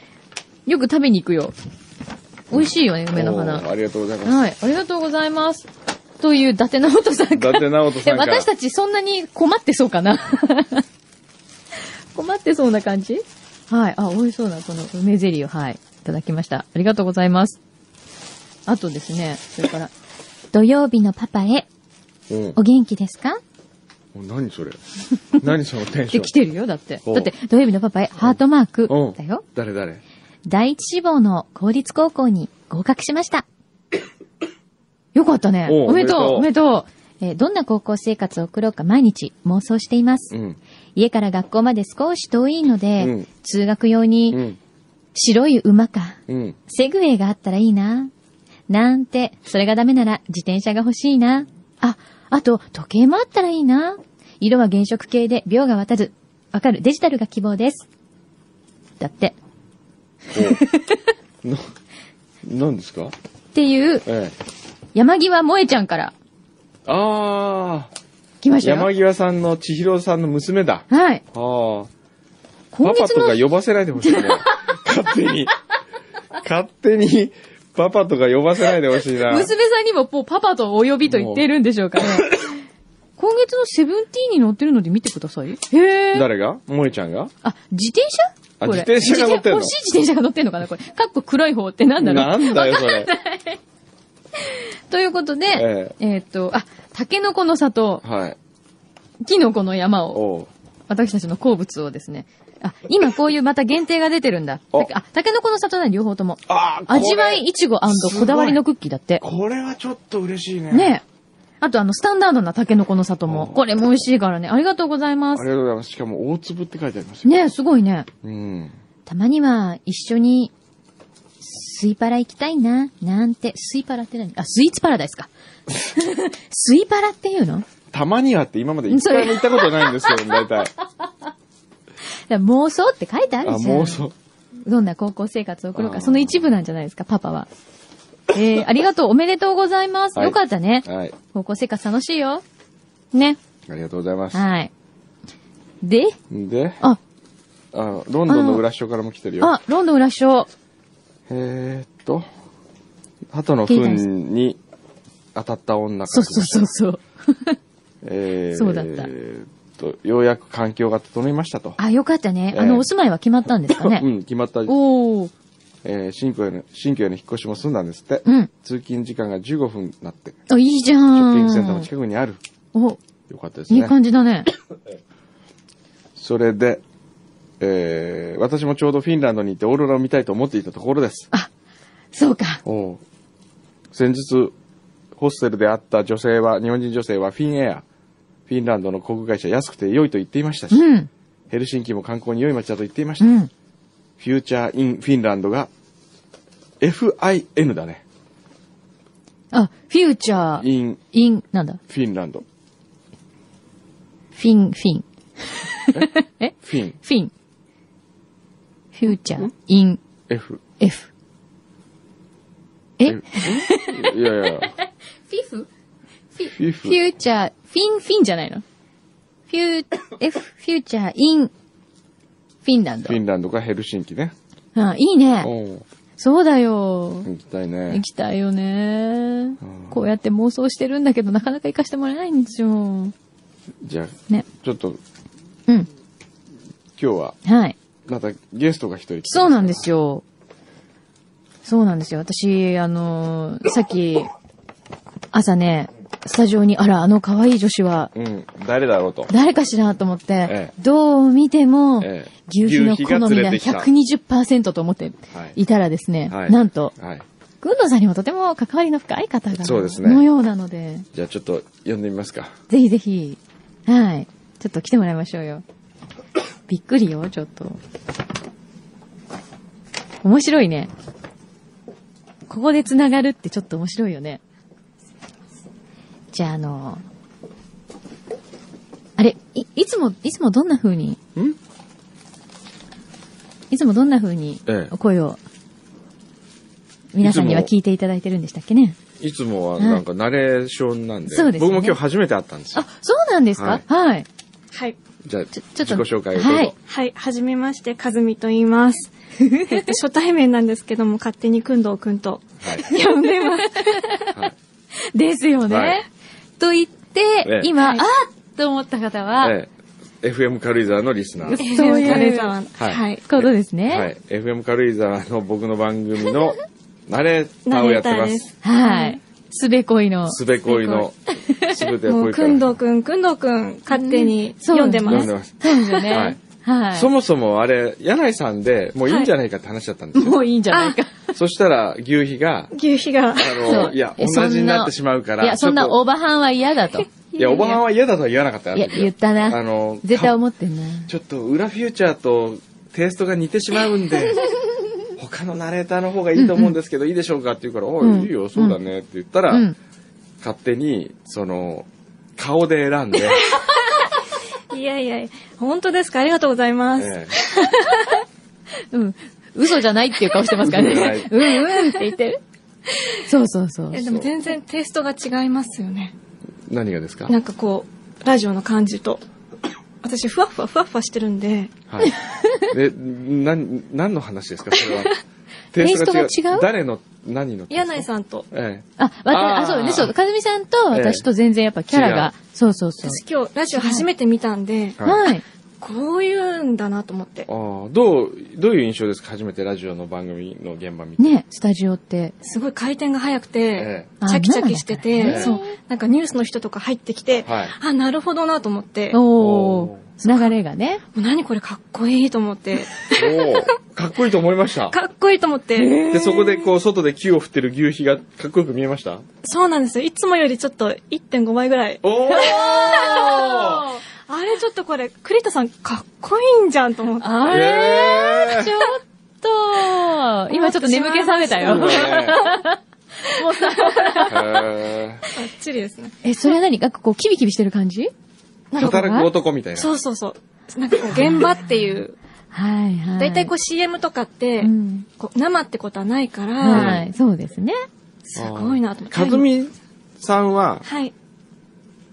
Speaker 2: よく食べに行くよ。美味しいよね、梅の花。
Speaker 1: おーありがとうございます。
Speaker 2: はい、ありがとうございます。という、伊達直人さん
Speaker 1: 伊
Speaker 2: から
Speaker 1: 達 直人
Speaker 2: え、
Speaker 1: さんから。
Speaker 2: 私た ちそんなに困ってそうかな困ってそうな感じはい。あ、美味しそうな、この梅ゼリーを、はい。いただきました。ありがとうございます。あとですね、それから、 土曜日のパパへ、
Speaker 1: うん
Speaker 2: お。元気ですか
Speaker 1: 何それ 何そのテン
Speaker 2: って
Speaker 1: ショ
Speaker 2: 来て
Speaker 1: ン。
Speaker 2: るよ、だって。
Speaker 1: お
Speaker 2: だって、土曜日のパパへ、ハートマーク
Speaker 1: うん。
Speaker 2: だよ。
Speaker 1: 誰誰
Speaker 2: 第一志望の公立高校に合格しました。 よかったね。
Speaker 1: おう
Speaker 2: おめでとう、お
Speaker 1: お
Speaker 2: め
Speaker 1: め
Speaker 2: でとう。えーどんな高校生活を送ろうか毎日妄想しています。
Speaker 1: うん。
Speaker 2: 家から学校まで少し遠いので、
Speaker 1: うん
Speaker 2: 通学用
Speaker 1: う
Speaker 2: に
Speaker 1: ん。
Speaker 2: 白い馬か、
Speaker 1: うん。
Speaker 2: セグウェイがあったらいいな。なんて、それがダメなら自転車が欲しいな。あ、あと、時計もあったらいいな。色は原色系で秒が渡る。わかる。デジタルが希望です。だって。
Speaker 1: おな、何ですか
Speaker 2: っていう、
Speaker 1: ええ。
Speaker 2: 山際萌えちゃんから
Speaker 1: あ
Speaker 2: 来ま
Speaker 1: あ、
Speaker 2: したよ。
Speaker 1: 山際さんの千尋さんの娘だ。
Speaker 2: はい。
Speaker 1: ああ。
Speaker 2: 今
Speaker 1: パパ
Speaker 2: 月
Speaker 1: と
Speaker 2: の
Speaker 1: か、呼ばせないでほしい ね。勝手に。勝手に、パパとか呼ばせないでほしいな。
Speaker 2: 娘さんにももうパパとお呼びと言っているんでしょうか ね。今月のセブンティーンに乗ってるので見てください。へえ。
Speaker 1: 誰が萌えちゃんが
Speaker 2: あ、自転車
Speaker 1: あ
Speaker 2: これ。
Speaker 1: 自転車が乗ってん
Speaker 2: 自転
Speaker 1: の
Speaker 2: 欲しい自転車が乗ってんのかなこれ。かっこ黒い方ってなんだろう
Speaker 1: なんだよ、それ。
Speaker 2: ということで、え
Speaker 1: え
Speaker 2: っと、あ、タケノコの里、
Speaker 1: はい。
Speaker 2: キノコの山を、
Speaker 1: おう。
Speaker 2: 私たちの好物をですね。あ、今こういうまた限定が出てるんだ。
Speaker 1: お
Speaker 2: あ、タケノコの里なら両方とも。
Speaker 1: ああ、
Speaker 2: 味わいいちごこだわりのクッキーだって。
Speaker 1: これはちょっと嬉しいね。
Speaker 2: ねえ。あとあの、スタンダードなタケノコの里も。
Speaker 1: お
Speaker 2: これも美味しいからね。ありがとうございま
Speaker 1: あり
Speaker 2: す。
Speaker 1: がとうございます。しかも、大粒って書いてありますよ。
Speaker 2: ねえ、すごいね。
Speaker 1: うん。
Speaker 2: たまには、一緒に、スイパラ行きたいな、なんて。スイパラって何あ、スイーツパラダイスか。 スイパラっていうの
Speaker 1: たまにはって今まで一回も行ったことないんで すけど、大体。
Speaker 2: だから妄想って書いてあ
Speaker 1: あ、
Speaker 2: るじゃん。
Speaker 1: 妄想。
Speaker 2: どんな高校生活を送ろう
Speaker 1: あ
Speaker 2: か。
Speaker 1: ー
Speaker 2: その一部なんじゃないですか、パパは。え ー、ありがとう。おめでとうございます。
Speaker 1: はい
Speaker 2: よかったね。
Speaker 1: はい。
Speaker 2: 高校生活楽しいよ。ね。
Speaker 1: ありがとうございます。
Speaker 2: はい。で、
Speaker 1: んで、
Speaker 2: あ、
Speaker 1: あロンドンの裏所からも来てるよ。
Speaker 2: あ、ロンドン裏賞。
Speaker 1: えーっと、鳩の糞に当たった女
Speaker 2: そ
Speaker 1: か
Speaker 2: うそうそうそう。
Speaker 1: えー、
Speaker 2: そうだった
Speaker 1: えーっと、ようやく環境が整いましたと。
Speaker 2: あ、よかったね。
Speaker 1: ええ
Speaker 2: あの、お住まいは決まったんですか
Speaker 1: う
Speaker 2: ね。
Speaker 1: ん、決まった。
Speaker 2: おー。
Speaker 1: えー新居への、新居への引っ越しも済んだんですって。
Speaker 2: うん。
Speaker 1: 通勤時間が15分になって、シ
Speaker 2: あ、いいじゃん。
Speaker 1: ョッピングセンターも近くにある。
Speaker 2: お、
Speaker 1: よかったです
Speaker 2: いい
Speaker 1: ね。
Speaker 2: 感じだね。
Speaker 1: それで、えー、私もちょうどフィンランドに行ってオーロラを見たいと思っていたところです。
Speaker 2: そうか。
Speaker 1: おう先日、ホステルで会った女性は、日本人女性はフィンエア、フィンランドの航空会社安くて良いと言っていましたし、
Speaker 2: うん。
Speaker 1: ヘルシンキも観光に良い街だと言っていまし
Speaker 2: う
Speaker 1: た。
Speaker 2: ん。
Speaker 1: フューチャーインフィンランドが FIN だね。
Speaker 2: あ、フューチャー、
Speaker 1: イン
Speaker 2: イン、なんだ。
Speaker 1: フィンランド。
Speaker 2: フィン、フィン。
Speaker 1: フィン
Speaker 2: フィン。フューチャー、イン、
Speaker 1: F。
Speaker 2: F。え
Speaker 1: んいやいや、
Speaker 2: フィフフィ
Speaker 1: フィフ
Speaker 2: フューチャー、フィン、フィンじゃないのフュー、F、フューチャー、イン、フィンランド
Speaker 1: フ。ィンランドかヘルシンキね。
Speaker 2: あ、いいね。
Speaker 1: おう
Speaker 2: そうだよ。
Speaker 1: 行きたい
Speaker 2: 行
Speaker 1: ね。
Speaker 2: きたいよね。こうやって妄想してるんだけど、なかなか行かしてもらえないんですよ。
Speaker 1: じゃあ、
Speaker 2: ね。
Speaker 1: ちょっと
Speaker 2: うん。
Speaker 1: 今日は、
Speaker 2: はい。
Speaker 1: またゲストが一人来て
Speaker 2: そうなんですよ。そうなんですよ。私、あのーさっき、朝ね、スタジオに、あら、あの可愛い女子は、
Speaker 1: うん、誰だろうと。
Speaker 2: 誰かしらと思って、
Speaker 1: ええ
Speaker 2: どう見ても、
Speaker 1: ええ
Speaker 2: 牛皮の好みが
Speaker 1: 牛皮が
Speaker 2: 120%と思って
Speaker 1: はい
Speaker 2: いたらですね、
Speaker 1: はい
Speaker 2: なんと、
Speaker 1: はい。
Speaker 2: 軍藤さんにもとても関わりの深い方が、
Speaker 1: そうですね
Speaker 2: のようなので、
Speaker 1: じゃあちょっと呼んでみますか。
Speaker 2: ぜひぜひ、はい。ちょっと来てもらいましょう よ。びっくりよ、ちょっと。面白いね。ここで繋がるってちょっと面白いよね。じゃあ、あの、あれ、い、いつも、いつもどんな風に、
Speaker 1: ん
Speaker 2: いつもどんな風に
Speaker 1: ええ
Speaker 2: お声を、皆さんにはい
Speaker 1: つ
Speaker 2: 聞
Speaker 1: も
Speaker 2: いていただいてるんでしたっけね。
Speaker 1: いつもはなんかナレーションなんで、
Speaker 2: そうですね
Speaker 1: 僕も今日初めて会ったんですよ
Speaker 2: あ。、そうなんですかはい。
Speaker 3: はい。
Speaker 1: じゃあ、
Speaker 2: ちょちょっと
Speaker 1: 自己紹介をどうぞ。
Speaker 2: はい
Speaker 3: はい。はじめまして、かずみと言い ます。えっと初対面なんですけども、勝手にくんどうくんと
Speaker 1: はい
Speaker 3: 呼んでます。
Speaker 2: ですよね。
Speaker 1: はい
Speaker 2: と言って、
Speaker 1: ええ
Speaker 2: 今、
Speaker 3: はい
Speaker 2: あっと思った方は、
Speaker 1: ええ FM 軽井沢のリスナー。
Speaker 2: そういう
Speaker 3: 軽井沢の
Speaker 1: はい
Speaker 3: はい。
Speaker 2: ことですね。
Speaker 1: はい。FM 軽井沢の僕の番組のナレーターをやって
Speaker 3: ナレータ
Speaker 1: ま
Speaker 3: ーですす。
Speaker 2: はい。すべこいの。
Speaker 1: すべこいの、すべては
Speaker 3: も
Speaker 1: こ
Speaker 3: う、
Speaker 1: いか
Speaker 3: く
Speaker 1: ら。
Speaker 3: んどうくん、くんどうくん、勝手に読んでま
Speaker 1: 読ん
Speaker 3: す。
Speaker 1: で
Speaker 2: そ
Speaker 1: ます。
Speaker 2: うですよね。はい。
Speaker 1: そもそもあれ、柳井さんでもういいんじゃないかって話だったんですよ。
Speaker 2: もういいんじゃないか。
Speaker 1: そしたら、牛皮が、
Speaker 3: 牛皮が。
Speaker 1: あの、いや、
Speaker 2: え
Speaker 1: 同
Speaker 2: そんな
Speaker 1: じになってしまうから。
Speaker 2: いや、そん
Speaker 1: ち
Speaker 2: な
Speaker 1: ょっと
Speaker 2: オバハンは嫌だと。い
Speaker 1: いや、おばはんは嫌だとは言わなかったよ。
Speaker 2: や、言った
Speaker 1: あ
Speaker 2: な。
Speaker 1: の、
Speaker 2: 絶対
Speaker 1: か
Speaker 2: 思ってんな。
Speaker 1: ちょっと、裏フューチャーとテイストが似てしまうん で、他のナレーターの方がいいと思うんですけど、いいでしょうかって言うから、お
Speaker 2: うん
Speaker 1: い、いいよ、そうだねって言ったら、
Speaker 2: うん。
Speaker 1: 勝手に、その、顔で選んで、
Speaker 3: いやいや、本当ですかありがとうございます。
Speaker 1: ええ
Speaker 2: うん。嘘じゃないっていう顔してますから
Speaker 1: はい
Speaker 2: ね。うんうんって言ってる。そうそうそう
Speaker 3: え。でも全然テイストが違いますよね。
Speaker 1: 何がですか
Speaker 3: なんかこう、ラジオの感じと。私、ふわふわふわふわしてるんで、
Speaker 1: はい。 で、なん、何の話ですかそれ は。テ
Speaker 2: テイストが違う
Speaker 1: 誰の、何の
Speaker 3: 柳井
Speaker 1: ん。
Speaker 3: さんと。
Speaker 1: え
Speaker 2: あ、わた、
Speaker 1: あー
Speaker 2: あ、そうね、そう、かずみさんと私と全然やっぱキャラが、そうそうそう。
Speaker 3: 私今日ラジオ初めて見たんで、
Speaker 1: え。い。
Speaker 2: はい。
Speaker 3: こういうんだなと思って
Speaker 1: あ。あ、どう、どういう印象ですか初めてラジオの番組の現場見て。
Speaker 2: ね、スタジオって。
Speaker 3: すごい回転が速く
Speaker 1: え
Speaker 3: て、チャキチャキして
Speaker 2: あ
Speaker 1: なんだ
Speaker 3: て、そう。なんかニュースの人とか入ってきて、
Speaker 1: はい
Speaker 3: あ、なるほどなと思って、も
Speaker 2: お
Speaker 1: お
Speaker 2: お流れがね。
Speaker 3: う何これかっこいいと思って、
Speaker 1: おおかっこいいと思いました。
Speaker 3: かっこいいと思って、
Speaker 1: で、そこでこう、外で球を振ってる牛皮がかっこよく見えました
Speaker 3: そうなんですよ。いつもよりちょっと1.5倍ぐらい。
Speaker 1: おお
Speaker 3: あれちょっとこれ、栗田さんかっこいいんじゃんと思って。
Speaker 2: あ
Speaker 1: え
Speaker 2: ちょっと、今ちょっと眠気覚めた
Speaker 1: ー
Speaker 2: よ。もうさ、
Speaker 1: へー
Speaker 3: ばっちりですね。
Speaker 2: え、それは何なんかこう、キビキビしてる感じ
Speaker 1: 働く男みたいな。
Speaker 3: そうそうそう。なんかこう、現場っていう、
Speaker 2: はいはい。
Speaker 3: だいたいこう CM とかって、
Speaker 2: うん
Speaker 3: こう生ってことはないから、
Speaker 2: はい、そうですね。
Speaker 3: すごいなと思って。
Speaker 1: かずみさんは
Speaker 3: はい。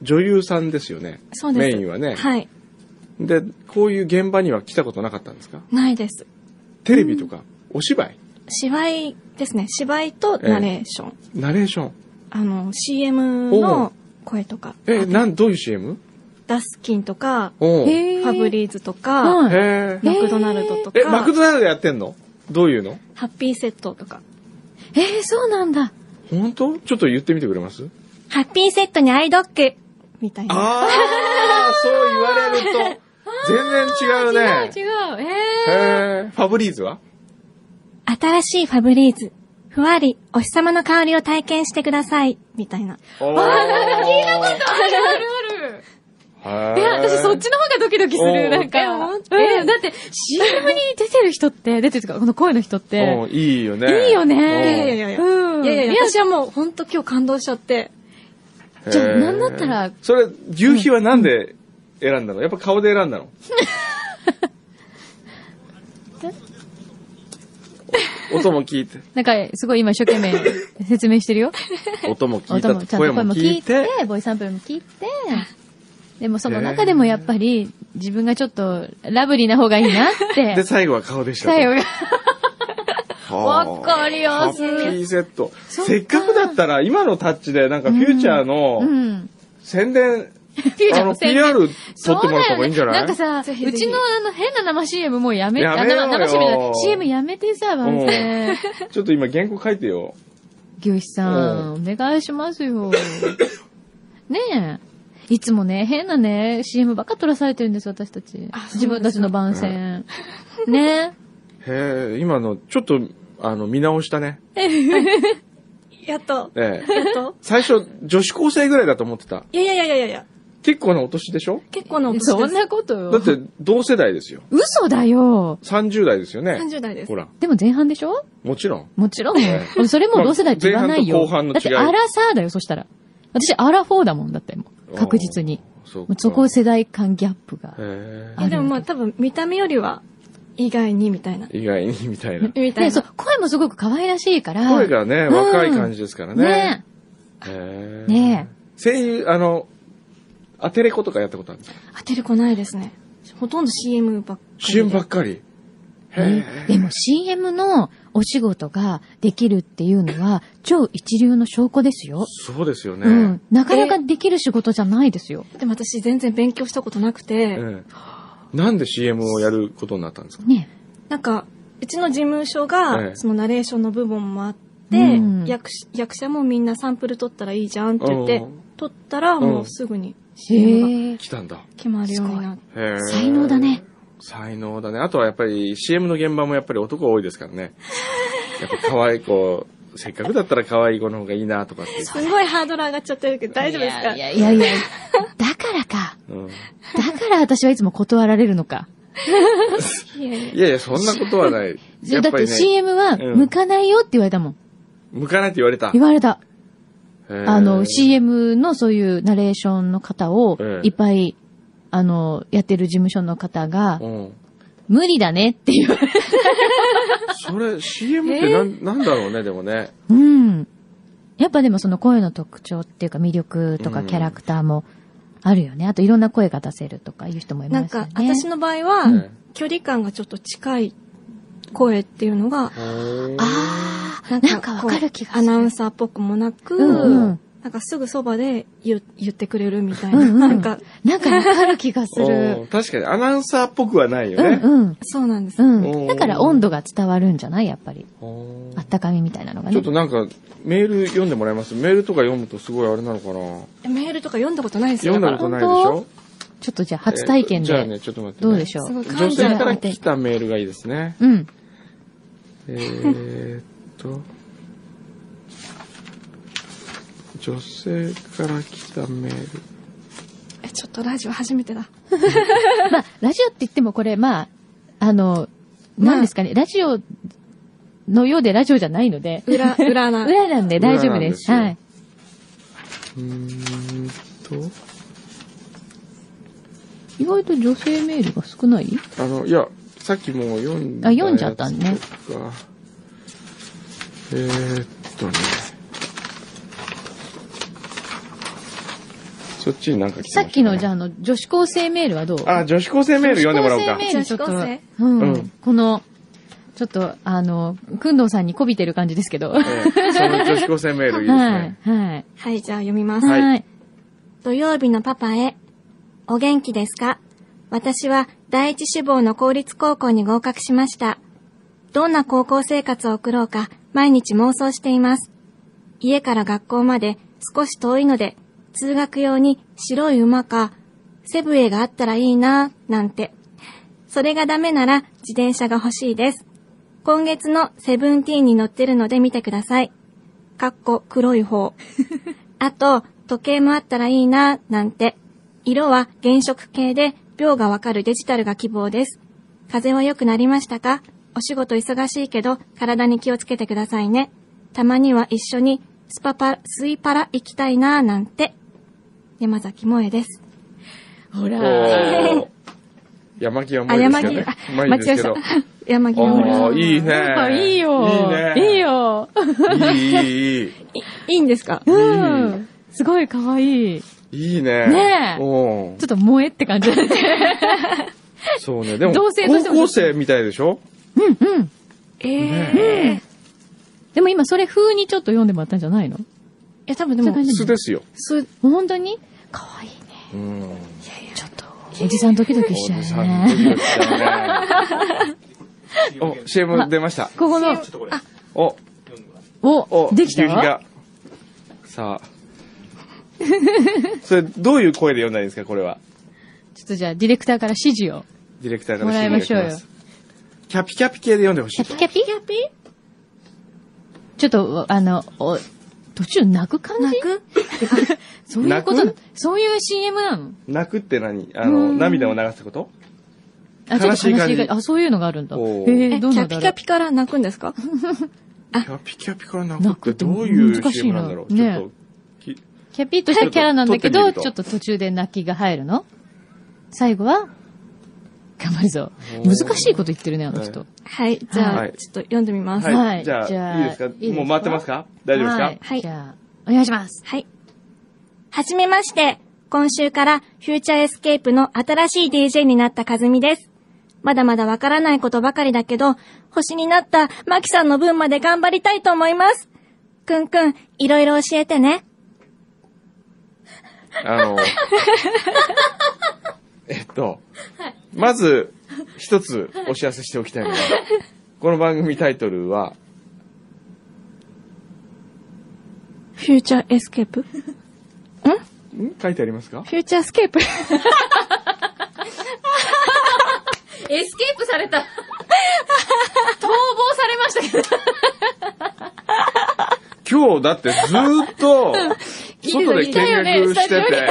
Speaker 1: 女優さんですよね。
Speaker 3: そうです。
Speaker 1: メインはね。
Speaker 3: はい。
Speaker 1: で、こういう現場には来たことなかったんですか
Speaker 3: ないです。
Speaker 1: テレビとか、お芝居、
Speaker 3: 芝居ですね。芝居とナレーション。
Speaker 1: ナレーション。
Speaker 3: あの、CM
Speaker 1: おう
Speaker 3: の声とか。
Speaker 1: え、なん、どういう CM?
Speaker 3: ダスキンとか、
Speaker 1: おうへ
Speaker 3: フ
Speaker 2: へ
Speaker 3: ァブ
Speaker 2: ー。
Speaker 3: リーズとか、
Speaker 2: はい
Speaker 1: え。
Speaker 3: マクドナルドとか、
Speaker 1: え、マクドナルドやってんのどういうの
Speaker 3: ハッピーセットとか。
Speaker 2: えー、そうなんだ。
Speaker 1: 本当ちょっと言ってみてくれます
Speaker 3: ハッピーセットにアイドッグみたいな。
Speaker 1: ああ、そう言われると、全然違うね。
Speaker 2: 違う。え
Speaker 1: へえ。ファブリーズは
Speaker 3: 新しいファブリーズ。ふわり、お日様の香りを体験してください。みたいな。
Speaker 1: おー。聞いたこ
Speaker 2: ー。
Speaker 1: と
Speaker 2: あるあるある。
Speaker 1: あ
Speaker 2: いや、私そっちの方がドキドキす
Speaker 1: おー
Speaker 2: る、なんか。
Speaker 3: え
Speaker 2: うん
Speaker 3: 本
Speaker 2: だって CM に出てる人って、出てるとか、この声の人って、
Speaker 1: うんいいよね。
Speaker 2: いいよ
Speaker 3: いやい
Speaker 2: ね。
Speaker 3: やいやいや
Speaker 2: うん。
Speaker 3: いやいや、
Speaker 2: いや
Speaker 3: 私はもうほんと今日感動しちゃって。
Speaker 1: うん。
Speaker 2: じゃあ
Speaker 1: へー
Speaker 2: なんだったら
Speaker 1: それ、牛皮はなんで選んだのやっぱ顔で選ん だの音も聞いて。
Speaker 2: なんか、すごい今一生懸命説明して るよ。
Speaker 1: 音も聞い
Speaker 2: 音
Speaker 1: た
Speaker 2: も、ちゃ
Speaker 1: と
Speaker 2: んと
Speaker 1: 声
Speaker 2: 声
Speaker 1: も
Speaker 2: も
Speaker 1: 聞
Speaker 2: 聞
Speaker 1: い
Speaker 2: い
Speaker 1: て
Speaker 2: て、、ボイスサンプルも聞いて、でもその中でもやっぱり、自分がちょっとラブリーな方がいいなっ
Speaker 1: で、
Speaker 2: て。
Speaker 1: 最後は顔でしたと。
Speaker 2: 最後が。
Speaker 1: はあ
Speaker 2: わかりやすい
Speaker 1: ハッピーセット。
Speaker 2: そっか
Speaker 1: せっかくだったら、今のタッチで、なんか、フューチャー
Speaker 2: う
Speaker 1: の
Speaker 2: ん。
Speaker 1: 宣伝、
Speaker 2: フューチャー
Speaker 1: あの、
Speaker 2: の宣
Speaker 1: PR
Speaker 2: そう
Speaker 1: 撮ってもらった方がいいんじゃない
Speaker 2: だよねなんかさ、
Speaker 3: ぜひぜ
Speaker 2: う
Speaker 3: ひ
Speaker 2: ちのあの変な生 CM もうやめ、
Speaker 1: やめようよ
Speaker 2: あ生生 CM じゃない CM やめてさ、万世。
Speaker 1: ちょっと今、原稿書いてよ。
Speaker 2: 牛皮さん、お願いします よ。ねえ。いつもね、変なね、CM ばっか撮らされてるんです、私たち
Speaker 3: あ。そう
Speaker 2: 自
Speaker 3: なん
Speaker 2: 分
Speaker 3: で
Speaker 2: た
Speaker 3: すか
Speaker 2: ちの番宣。 ね
Speaker 1: へえ、今の、ちょっと、あの、見直したね。
Speaker 3: やっ と、
Speaker 1: ええ。
Speaker 3: やっと。
Speaker 1: 最初、女子高生ぐらいだと思ってた。
Speaker 3: いやいやいやいやいや。
Speaker 1: 結構なお年でしょ
Speaker 3: 結構なお年です。
Speaker 2: そんなことよ。
Speaker 1: だって、同世代ですよ。
Speaker 2: 嘘だよ。
Speaker 1: 30代ですよね。
Speaker 3: 30代です
Speaker 1: ほ。ら、
Speaker 2: でも前半でしょ
Speaker 1: もちろん。
Speaker 2: もちろん
Speaker 1: え。
Speaker 2: 俺それも同世代って言わないよ。
Speaker 1: まあ前半と後半の違
Speaker 2: だ
Speaker 1: い
Speaker 2: ってアラサーだよ、そしたら。私、アラフォーだもんだって、もう。確実に。
Speaker 1: おー。そう
Speaker 2: も
Speaker 1: か
Speaker 2: うそこ世代間ギャップが。
Speaker 1: へ
Speaker 3: いやでもまあ多分見た目よりは意外にみたいな。
Speaker 1: え。意外に、みたいな。
Speaker 3: みたい
Speaker 2: で、そ
Speaker 3: な
Speaker 2: う。、声もすごく可愛らしいから。
Speaker 1: 声がね、
Speaker 2: うん
Speaker 1: 若い感じですからね。
Speaker 2: ね
Speaker 1: ね
Speaker 2: え。ねえ。
Speaker 1: 声優、あの、アテレコとかやったことあるんですか
Speaker 3: 当てる子ないですね。ほとんど CM ばっかりで。
Speaker 1: ?CM ばっかり。へ
Speaker 2: でも CM のお仕事ができるっていうのは、超一流の証拠ですよ。
Speaker 1: そうですよね。
Speaker 2: うん。なかなかできる仕事じゃないですよ。
Speaker 3: でも私全然勉強したことなくて、
Speaker 1: ええなんで CM をやることになったんですか
Speaker 2: ね。
Speaker 3: なんか、うちの事務所
Speaker 1: ええ
Speaker 3: が、そのナレーションの部分もあって、
Speaker 2: うん
Speaker 3: 役し役者もみんなサンプル取ったらいいじゃんって言って
Speaker 1: おー、
Speaker 3: 取ったら
Speaker 1: うん
Speaker 3: もうすぐに CM が
Speaker 2: へえ。
Speaker 1: 来たんだ。
Speaker 3: 決まるようになって。
Speaker 1: へえ
Speaker 2: 才能だね。
Speaker 1: 才能だね。あとはやっぱり CM の現場もやっぱり男多いですか らね。やっぱ可愛い子、せっかくだったら可愛い子の方がいいなとかって言っ
Speaker 3: すごいハードル上がっちゃってるけど大丈夫ですか
Speaker 2: いやいやいやいや。だからか。
Speaker 1: て。うん
Speaker 2: だから私はいつも断られるのか。
Speaker 3: いやいや
Speaker 1: いやいや、そんなことは ない。やっ
Speaker 2: だっ
Speaker 1: ぱ
Speaker 2: て
Speaker 1: りね、
Speaker 2: CM は
Speaker 1: うん
Speaker 2: 向かないよって言われたもん。
Speaker 1: 向かないって言われた。
Speaker 2: 言われた。あ
Speaker 1: あ
Speaker 2: の、CM のそういうナレーションの方を
Speaker 1: ええ
Speaker 2: いっぱい、あの、やってる事務所の方が、
Speaker 1: うん。
Speaker 2: 無理だねって言われ
Speaker 1: それ、CM ってなん、なんだろうね、でもね。
Speaker 2: うん。やっぱでもその声の特徴っていうか魅力と
Speaker 1: う
Speaker 2: か
Speaker 1: ん
Speaker 2: キャラクターもあるよね。あといろんな声が出せるとかいう人もい
Speaker 3: な
Speaker 2: ま
Speaker 3: ん
Speaker 2: すよ
Speaker 3: か
Speaker 2: ね。、
Speaker 3: 私の場合は、
Speaker 1: うん
Speaker 3: 距離感がちょっと近い声っていうのが、
Speaker 2: ああ、
Speaker 3: な
Speaker 2: なん
Speaker 3: んか
Speaker 2: かわかる気がす
Speaker 3: ア
Speaker 2: る。
Speaker 3: ナウンサーっぽくもなく、
Speaker 2: うんうん
Speaker 3: なんかすぐそばで言う言ってくれるみたいな、
Speaker 2: うんうん
Speaker 3: なんか、
Speaker 2: なんかわかる気がす
Speaker 1: お
Speaker 2: る。
Speaker 1: ー確かにアナウンサーっぽくはないよ
Speaker 2: うん
Speaker 1: ね。
Speaker 2: うん。
Speaker 3: そうなんです。
Speaker 2: うん。
Speaker 1: おー
Speaker 2: だから温度が伝わるんじゃないやっぱり。
Speaker 1: おー
Speaker 2: あったかみみたいなのがね。
Speaker 1: ちょっとなんか、メール読んでもらえますメールとか読むとすごいあれなのかな
Speaker 3: メールとか読んだことないですよ。
Speaker 1: 読んだことないでしょ
Speaker 2: ちょっとじゃあ初体験
Speaker 1: えーじゃあね、
Speaker 2: で。
Speaker 1: ちょっと待ってね、
Speaker 2: どうでしょ
Speaker 3: すご
Speaker 2: う
Speaker 3: い。
Speaker 1: 女
Speaker 3: 感
Speaker 1: 性
Speaker 3: じ
Speaker 1: から
Speaker 3: が。
Speaker 1: 来たメールがいいで すね。
Speaker 2: うん。
Speaker 1: えーっと、女性から来たメール。
Speaker 3: え、ちょっとラジオ初めてだ。
Speaker 2: まあ、ラジオって言ってもこれ、まあ、あの、
Speaker 3: まあ
Speaker 2: 何ですかね、ラジオのようでラジオじゃないので、
Speaker 3: 裏、裏な。
Speaker 2: 裏なんで大丈夫で
Speaker 1: 裏
Speaker 2: す。
Speaker 1: な
Speaker 2: は
Speaker 1: ん
Speaker 2: い
Speaker 1: で。うーん
Speaker 2: 意外と女性メールが少ない
Speaker 1: と、あの、いや、さっきもう読ん
Speaker 2: あ読んじゃったんね
Speaker 1: やつとか。えーっとね。そっちになんか来てました
Speaker 2: さ
Speaker 1: ね
Speaker 2: っきの、じゃあ、あの、女子高生メールはどう
Speaker 1: あ、女子高生メール読んでもらおうか。
Speaker 2: 女子高生メールちょっと、
Speaker 1: 生
Speaker 2: う
Speaker 1: うん
Speaker 2: ん。この、ちょっと、あの、くんどうさんにこびてる感じですけど。は
Speaker 1: ええその女子高生メールい
Speaker 2: い、
Speaker 1: いです
Speaker 2: は
Speaker 1: ね
Speaker 2: い。。はい
Speaker 3: はい、じゃあ読みます。
Speaker 1: はい
Speaker 2: はい。
Speaker 3: 土曜日のパパへ。お元気ですか私は第一志望の公立高校に合格しました。どんな高校生活を送ろうか毎日妄想しています。家から学校まで少し遠いので、通学用に白い馬かセブウェイがあったらいいなぁ、なんて。それがダメなら自転車が欲しいです。今月のセブンティーンに乗ってるので見てください。かっこ黒い方。あと、時計もあったらいいな、なんて。色は原色系で、秒がわかるデジタルが希望です。風邪は良くなりましたかお仕事忙しいけど、体に気をつけてくださいね。たまには一緒に、スパパ、スイパラ行きたいな、なんて。山崎萌え です。
Speaker 2: ほら
Speaker 1: おー山木はもういいですけどね。
Speaker 3: あ
Speaker 1: まあいいですけど。
Speaker 3: 山木
Speaker 1: お
Speaker 3: 萌
Speaker 1: ー
Speaker 3: え。
Speaker 1: いいね。
Speaker 2: いいよ。
Speaker 1: いいね。
Speaker 2: いいよ。
Speaker 1: いい、いい、いい。
Speaker 3: いいんですか
Speaker 2: うん。すごい可愛い。
Speaker 1: いいね。
Speaker 2: ねえ
Speaker 1: おー
Speaker 2: ちょっと萌えって感じだね。
Speaker 1: そうね。でも、高
Speaker 2: 同性としても
Speaker 1: 校生みたいでしょ
Speaker 2: うんうん。
Speaker 3: え
Speaker 1: ね
Speaker 3: え。
Speaker 2: でも今それ風にちょっと読んでもらったんじゃないの
Speaker 3: いや、多分で
Speaker 2: そう
Speaker 3: も
Speaker 2: いう感、じ
Speaker 1: 素ですよ。
Speaker 2: す、本当に可愛いね。
Speaker 1: うん。
Speaker 2: ちょっと、おじさんドキドキしちゃう
Speaker 1: おじさんドキド
Speaker 2: ね。
Speaker 1: キしちゃうね。お、CM 出ました。
Speaker 2: ここの、
Speaker 1: お、
Speaker 2: お、
Speaker 1: お、
Speaker 2: できた
Speaker 1: 夕日
Speaker 2: わ
Speaker 1: が。さあ。それ、どういう声で読んだらいいんですか、これは。
Speaker 2: ちょっとじゃあディレクターから指示を。
Speaker 1: ディレクターか
Speaker 2: も
Speaker 1: ら
Speaker 2: らいましょうよ
Speaker 1: 指示が来ますキャピキャピ系で読んでほし
Speaker 2: キ
Speaker 1: い
Speaker 2: ャ。ピキャピキャピちょっと、あの、お、途中泣く感じ
Speaker 3: 泣く
Speaker 2: そういうことな
Speaker 1: 泣く
Speaker 2: そういう CM なの
Speaker 1: 泣くって何あ
Speaker 2: う
Speaker 1: の、
Speaker 2: ん
Speaker 1: 涙を流すってこと
Speaker 2: あ、ちょっと悲しい
Speaker 1: 悲
Speaker 2: 感
Speaker 1: しい感じ
Speaker 2: じ。あ、そういうのがあるんだ。へ
Speaker 1: おー
Speaker 2: え
Speaker 3: え、キ
Speaker 2: どうな
Speaker 3: ャ
Speaker 2: んだ
Speaker 3: ピ
Speaker 2: ろう
Speaker 3: キャピから泣くんですか
Speaker 1: キャピキャピから泣
Speaker 2: 泣
Speaker 1: く
Speaker 2: く
Speaker 1: っ
Speaker 2: ってて
Speaker 1: どういう
Speaker 2: 難しい
Speaker 1: CM
Speaker 2: な
Speaker 1: なんだろう、
Speaker 2: ね
Speaker 1: ちょっとき、
Speaker 2: キャピッとしたキャラなんだけ
Speaker 1: ちょ
Speaker 2: ど、
Speaker 1: っと
Speaker 2: ちょっと途中で泣きが入るの最後は頑張るぞ
Speaker 1: お。ー
Speaker 2: 難しいこと言ってるね、あの人。
Speaker 3: はい、じゃ
Speaker 1: は
Speaker 3: あ、
Speaker 1: い
Speaker 3: ちょっと読んでみます。
Speaker 1: はい、
Speaker 2: はい
Speaker 1: じゃあ
Speaker 2: じゃあ
Speaker 1: いいですか
Speaker 2: いいですか
Speaker 1: もう回ってますか大丈夫ですか、
Speaker 3: はい
Speaker 2: じゃあ、お願いします。
Speaker 3: はい。はじめまして。今週からフューチャーエスケープの新しい DJ になったかずみです。まだまだわからないことばかりだけど、星になったマキさんの分まで頑張りたいと思います。くんくん、いろいろ教えてね。
Speaker 1: あの、えっと、まず、一つお知らせしておきたいのは、この番組タイトルは、
Speaker 3: フューチャーエスケープフ
Speaker 1: ん書いてありますか
Speaker 3: ューチャースケープ
Speaker 2: エスケープさ れた。逃亡されましたけど。
Speaker 1: 今日だってずーっと、 外で見学し
Speaker 2: いた
Speaker 1: て
Speaker 2: よ
Speaker 1: て、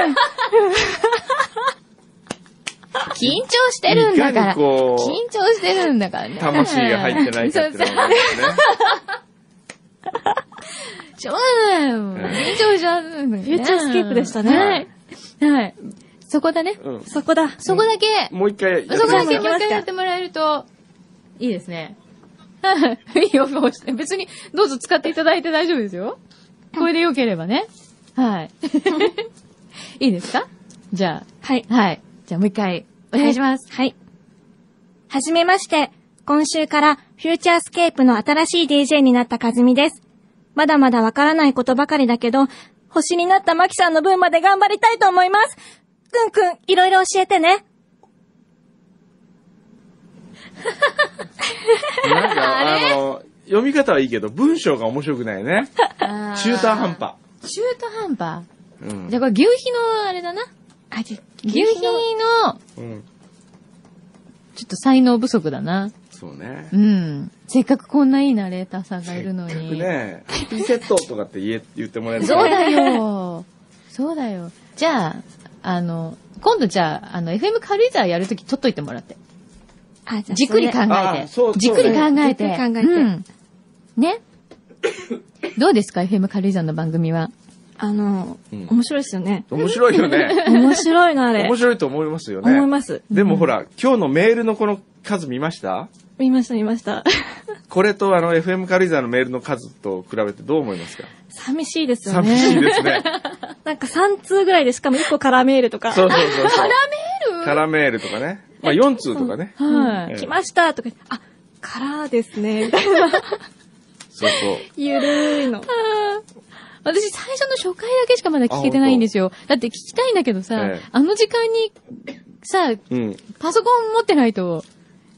Speaker 2: 緊張してるんだから。
Speaker 1: いかにこう
Speaker 2: 緊張してるんだからね。
Speaker 1: 魂が入ってないかっていうの
Speaker 2: そう
Speaker 1: がね。
Speaker 2: そうしょうがないもん。
Speaker 1: うん
Speaker 2: 緊張しちゃうのね。
Speaker 3: フューチャースケープでしたね
Speaker 2: はい。はい。そこだね。
Speaker 1: うん
Speaker 3: そこだ。
Speaker 2: そこだけ、
Speaker 1: もう一回やってみま
Speaker 2: そこ
Speaker 1: す
Speaker 2: だけもう一回やってもらえると、いいですね。 はい。いいよ、もうして別に、どうぞ使っていただいて大丈夫ですよ。これで良ければね。はい。 いいですかじゃ
Speaker 3: はい。
Speaker 2: あ、はい。じゃあもう一回、お願いします。
Speaker 3: はい。はじめまして、今週からフューチャースケープの新しい DJ になったかずみです。まだまだわからないことばかりだけど、星になったまきさんの分まで頑張りたいと思います。くんくん、いろいろ教えてね。
Speaker 1: なんか、あの、読み方はいいけど、文章が面白くないね。中
Speaker 2: 中
Speaker 1: 途半。端。
Speaker 2: 中途半端。
Speaker 1: うん
Speaker 2: じゃあこれ牛皮のあれだな。
Speaker 3: あ、じ
Speaker 2: 牛皮の、
Speaker 1: うん。
Speaker 2: ちょっと才能不足だな。
Speaker 1: そうね
Speaker 2: う。ん。せっかくこんないいナレーターさんが
Speaker 1: せ
Speaker 2: い
Speaker 1: っ
Speaker 2: るの
Speaker 1: かく
Speaker 2: に。
Speaker 1: ね、ハッピーセットとかって言え、言ってもらえると
Speaker 2: そうだよ。そうだよ。じゃあ、あの、今度じゃあ、あの、FM 軽井沢やるとき取っといてもらって。
Speaker 3: あ、じ
Speaker 2: じっくり考え
Speaker 1: あそうそう
Speaker 2: て。じっくり考えて。
Speaker 3: じっくり考えて
Speaker 2: うん。ね。どうですか ?FM 軽井沢の番組は。
Speaker 3: あの、
Speaker 1: うん
Speaker 3: 面白いですよね。
Speaker 1: 面白いよね。
Speaker 3: 面白いな、あれ
Speaker 1: 面。白いと思いますよね。
Speaker 3: 思います。
Speaker 1: でもほら、今日のメールのこの数見ました
Speaker 3: 見ました、見ました。
Speaker 1: これとあの FM 軽井沢のメールの数と比べてどう思いますか
Speaker 3: 寂しいですよね。
Speaker 1: 寂しいですね。
Speaker 3: なんか3通ぐらいでしかも1個カラーメールとか。
Speaker 1: そうそうそうそう。カラメールとかね。まあ4通とかね。
Speaker 2: は
Speaker 1: ええ
Speaker 2: い。
Speaker 3: 来ましたとか、あ、カラーですね、みたいな。
Speaker 1: そうそ
Speaker 3: ゆるいの。
Speaker 2: 私最初の初回だけしかまだ聞けてないんですよ。だって聞きたいんだけどさ
Speaker 1: ええ、
Speaker 2: あの時間に、さ、
Speaker 1: う。うん。
Speaker 2: パソコン持ってないと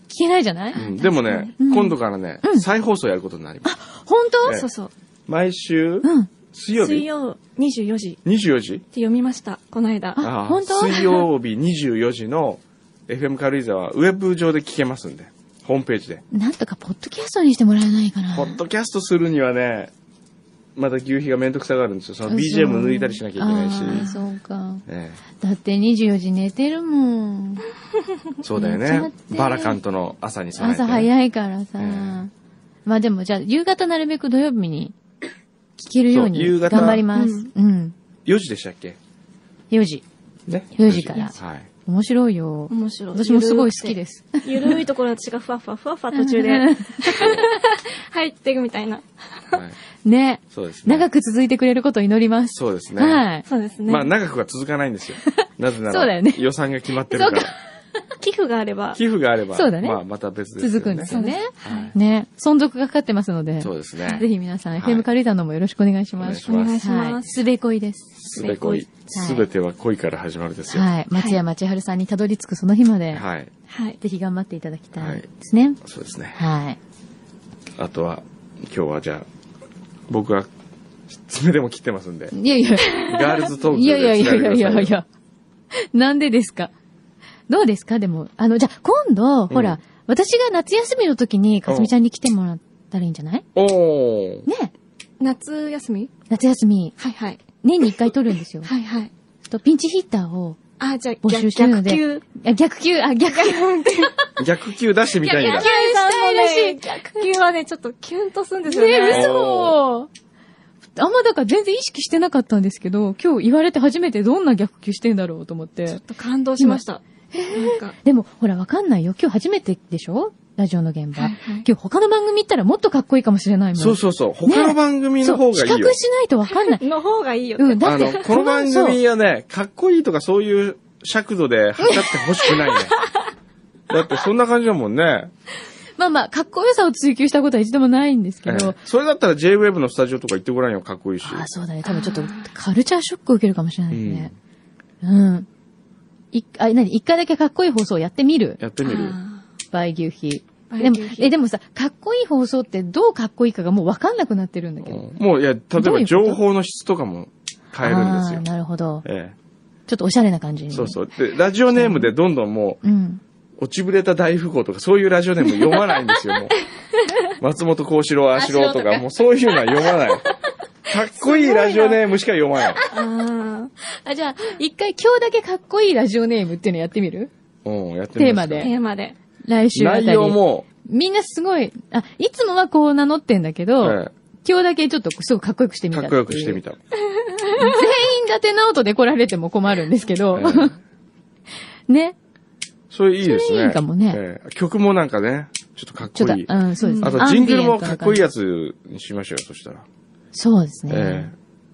Speaker 2: 聞けないじゃない
Speaker 1: うんでもね、
Speaker 2: うん
Speaker 1: 今度からね、再放送やることになります。
Speaker 2: 本当
Speaker 1: ええ
Speaker 3: そうそう。
Speaker 1: 毎週、
Speaker 2: うん。
Speaker 1: 水曜
Speaker 3: 水
Speaker 1: 日
Speaker 3: 曜24時って
Speaker 1: ?24 時
Speaker 3: 読みました、この間。
Speaker 2: あ本当
Speaker 1: 水曜日24時の FM 軽井沢、ウェブ上で聞けますんで、ホームページで。
Speaker 2: なんとかポッドキャストにしてもらえないかな。
Speaker 1: ポッドキャストするにはね、また牛皮がめんどくさがるんですよ。その BGM 抜いたりしなきゃいけないし
Speaker 2: あ。ーそうか。
Speaker 1: え
Speaker 2: だって24時寝てるもん。
Speaker 1: えそうだよ
Speaker 2: やっちゃ
Speaker 1: ね
Speaker 2: っ。て
Speaker 1: バラカントの朝に備えて。
Speaker 2: 朝早いからさ。
Speaker 1: ええ
Speaker 2: まあでもじゃあ夕方なるべく土曜日に聞けるよう
Speaker 1: そう夕
Speaker 2: に
Speaker 1: 方
Speaker 2: 頑張ります。うん、
Speaker 1: 4時でしたっけ
Speaker 2: 4時。
Speaker 1: ね。
Speaker 2: 4時から
Speaker 1: はい。
Speaker 2: 面白いよ。
Speaker 3: 面白い。。
Speaker 2: 私もすごい好きですす。
Speaker 3: ゆるいところ私がふわふわふわふわ途 中で入っていくみたいな。
Speaker 1: はい
Speaker 2: ね。
Speaker 1: そうですね。
Speaker 2: 長く続いてくれることを祈ります。
Speaker 1: そうですね。
Speaker 2: はい。
Speaker 3: そうですね。
Speaker 1: まあ長くは続かない んですよ。なぜなら。
Speaker 2: そうだよね
Speaker 1: 予算が決まってるか
Speaker 2: そう
Speaker 1: ら。
Speaker 3: 寄付があれば。
Speaker 1: 寄付があれば。
Speaker 2: そうだね
Speaker 1: まあまた別ですけど
Speaker 2: 続くんですよね。
Speaker 1: はい
Speaker 2: ね。存続がかかってますので。
Speaker 1: そうですね。
Speaker 2: ぜひ皆さん、
Speaker 1: はい
Speaker 2: FM 軽井沢のもよろしくお願いし
Speaker 1: お願
Speaker 2: ま
Speaker 1: い
Speaker 2: す
Speaker 1: し。ま
Speaker 3: お願い
Speaker 1: す。
Speaker 3: します
Speaker 2: すべこいです。
Speaker 1: すべこい。すべては恋から始まるですよ。
Speaker 2: はい。松山千春さんにたどり着くその日まで、
Speaker 1: はい。
Speaker 3: はい。
Speaker 2: ぜひ頑張っていただきた
Speaker 1: はいい
Speaker 2: ですね。
Speaker 1: そうですね。
Speaker 2: はい。
Speaker 1: あとは、今日はじゃあ、僕は爪でも切ってますんで。
Speaker 2: いやいや、
Speaker 1: ガールズトーク
Speaker 2: いやいやいやいやいやい
Speaker 1: や。
Speaker 2: や。なんでですかどうですかでも、あの、じゃあ今度、ほ
Speaker 1: うん
Speaker 2: ら、私が夏休みの時に、かすみちゃんに来てもらったらいいんじゃない
Speaker 1: おー。
Speaker 2: ね
Speaker 3: 夏休み
Speaker 2: 夏休み、
Speaker 3: はいはい。
Speaker 2: 年に一回取るんですよ。
Speaker 3: はいはい。
Speaker 2: とピンチヒッターを、
Speaker 3: あ、じゃあ
Speaker 2: 募
Speaker 3: 逆
Speaker 2: 集してるの
Speaker 3: 逆
Speaker 2: で
Speaker 3: 球。
Speaker 2: あ逆球、あ、逆球。
Speaker 1: 逆球出してみたいんだ
Speaker 3: 逆。球さん
Speaker 2: 逆球し
Speaker 3: もね
Speaker 2: たいらしい
Speaker 3: 逆球はね、ちょっとキュンとするんですよ
Speaker 2: ね
Speaker 3: ね。
Speaker 1: え
Speaker 2: 嘘あんまだから全然意識してなかったんですけど、今日言われて初めてどんな逆球してんだろうと思っ
Speaker 3: ちょ
Speaker 2: て
Speaker 3: っ。と感動しました。なんか。
Speaker 2: でも、ほら、わかんないよ。今日初めてでしょラジオの現場。
Speaker 3: はいは
Speaker 2: 今
Speaker 3: い
Speaker 2: 日他の番組行ったらもっとかっこいいかもしれないもん。
Speaker 1: そうそうそう。他の番組の方がいい
Speaker 2: 比
Speaker 1: よ
Speaker 2: 較。しないとわかんない。
Speaker 3: の方がいいよって。
Speaker 2: うん、だ
Speaker 1: あ
Speaker 2: っ
Speaker 1: の、
Speaker 2: て、
Speaker 1: この番
Speaker 2: そう
Speaker 1: 組はね、かっこいいとかそういう尺度で測ってほしくないね。だってそんな感じだもんね。
Speaker 2: まあまあ、かっこよさを追求したことは一度もないんですけど、
Speaker 1: ええそれだったら JWEB のスタジオとか行ってごらんよ、かっこいいし。
Speaker 2: ああ、そうだね。多分ちょっとカルチャーショックを受けるかもしれないね。うん。いあ、なに一回だけかっこいい放送をやってみる。
Speaker 1: やってみる
Speaker 3: あ
Speaker 2: 倍牛皮。
Speaker 3: 梅
Speaker 2: でも
Speaker 3: 牛、皮
Speaker 2: え、でもさ、かっこいい放送ってどうかっこいいかがもうわかんなくなってるんだけど。
Speaker 1: うんもう、いや、例え
Speaker 2: どうい
Speaker 1: ば
Speaker 2: うこと
Speaker 1: 情報の質とかも変えるんです
Speaker 2: あ
Speaker 1: よ
Speaker 2: ー。なるほど。
Speaker 1: え
Speaker 2: ちょっとおしゃれな感じ
Speaker 1: え。
Speaker 2: に。
Speaker 1: そうそう。で、ラジオネームでどんどんもう、
Speaker 2: う。うん。
Speaker 1: 落ちぶれた大富豪とか、そういうラジオネーム読まないんですよ、 もう。松本幸四郎、あしろうと
Speaker 2: あしろうと
Speaker 1: か、
Speaker 2: か
Speaker 1: もうそういうのは 読まない。かっこいいラジオネームしか読まない。
Speaker 3: あー。
Speaker 2: あ、じゃあ、一回今日だけかっこいいラジオネームっていうのやってみる
Speaker 1: うん、やってみますか
Speaker 2: テ
Speaker 3: テーマで。
Speaker 2: 来週あたり。
Speaker 1: 内容も、
Speaker 2: みんなすごい、あ、いつもはこう名乗ってんだけど、
Speaker 1: え
Speaker 2: 今日だけちょっとすごくかっこよくして
Speaker 1: え
Speaker 2: みた
Speaker 1: かっこよくしてみ
Speaker 2: た。
Speaker 1: た。
Speaker 2: 全員立て直とで来られても困るんですけど、
Speaker 1: ええ
Speaker 2: ね。
Speaker 1: それいいですね。
Speaker 2: それいいかもね
Speaker 1: ええ曲もなんかね、ちょっとかっ
Speaker 2: ちょっ、
Speaker 1: こといい。
Speaker 2: うん、そうですね。
Speaker 1: あと、ジングルもかっこいい
Speaker 2: や
Speaker 1: やつにしましょうよ、そしたら。
Speaker 2: そうですね。
Speaker 1: え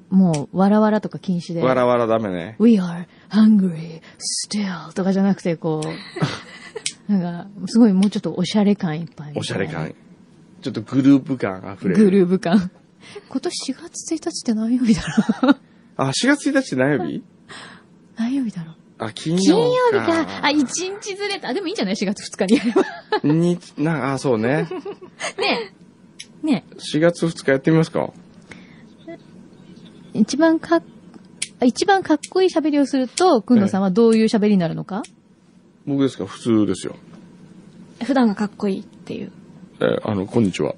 Speaker 2: もう、わらわらとか禁止
Speaker 1: え。
Speaker 2: で。
Speaker 1: わらわらダメね。
Speaker 2: We are hungry still とかじゃなくて、こ う、なんか、すごいもうちょっとおしゃれ感いっぱい。
Speaker 1: おしゃれ感。。ちょっとグループ感溢
Speaker 2: グ
Speaker 1: れる。
Speaker 2: ルーヴ感。今年4月1日って何曜日だろう
Speaker 1: あ、4月1日って何曜日
Speaker 2: 何曜日だろう
Speaker 1: あ、金曜
Speaker 2: 金曜日
Speaker 1: か。
Speaker 2: か。あ、1日ずれた。あでもいいんじゃない ?4 月2日にやれば。
Speaker 1: に、な、あ、そうね。
Speaker 2: ねえ。ね
Speaker 1: 4月2日やってみますか。
Speaker 2: え。一番かっ、あ一番かっこいい喋りをすると、くんのさんはどういう喋りになるのか、
Speaker 1: 僕ですか、普通ですよ。
Speaker 3: 普段がかっこいいっていう。
Speaker 1: えーあの、こんにちは。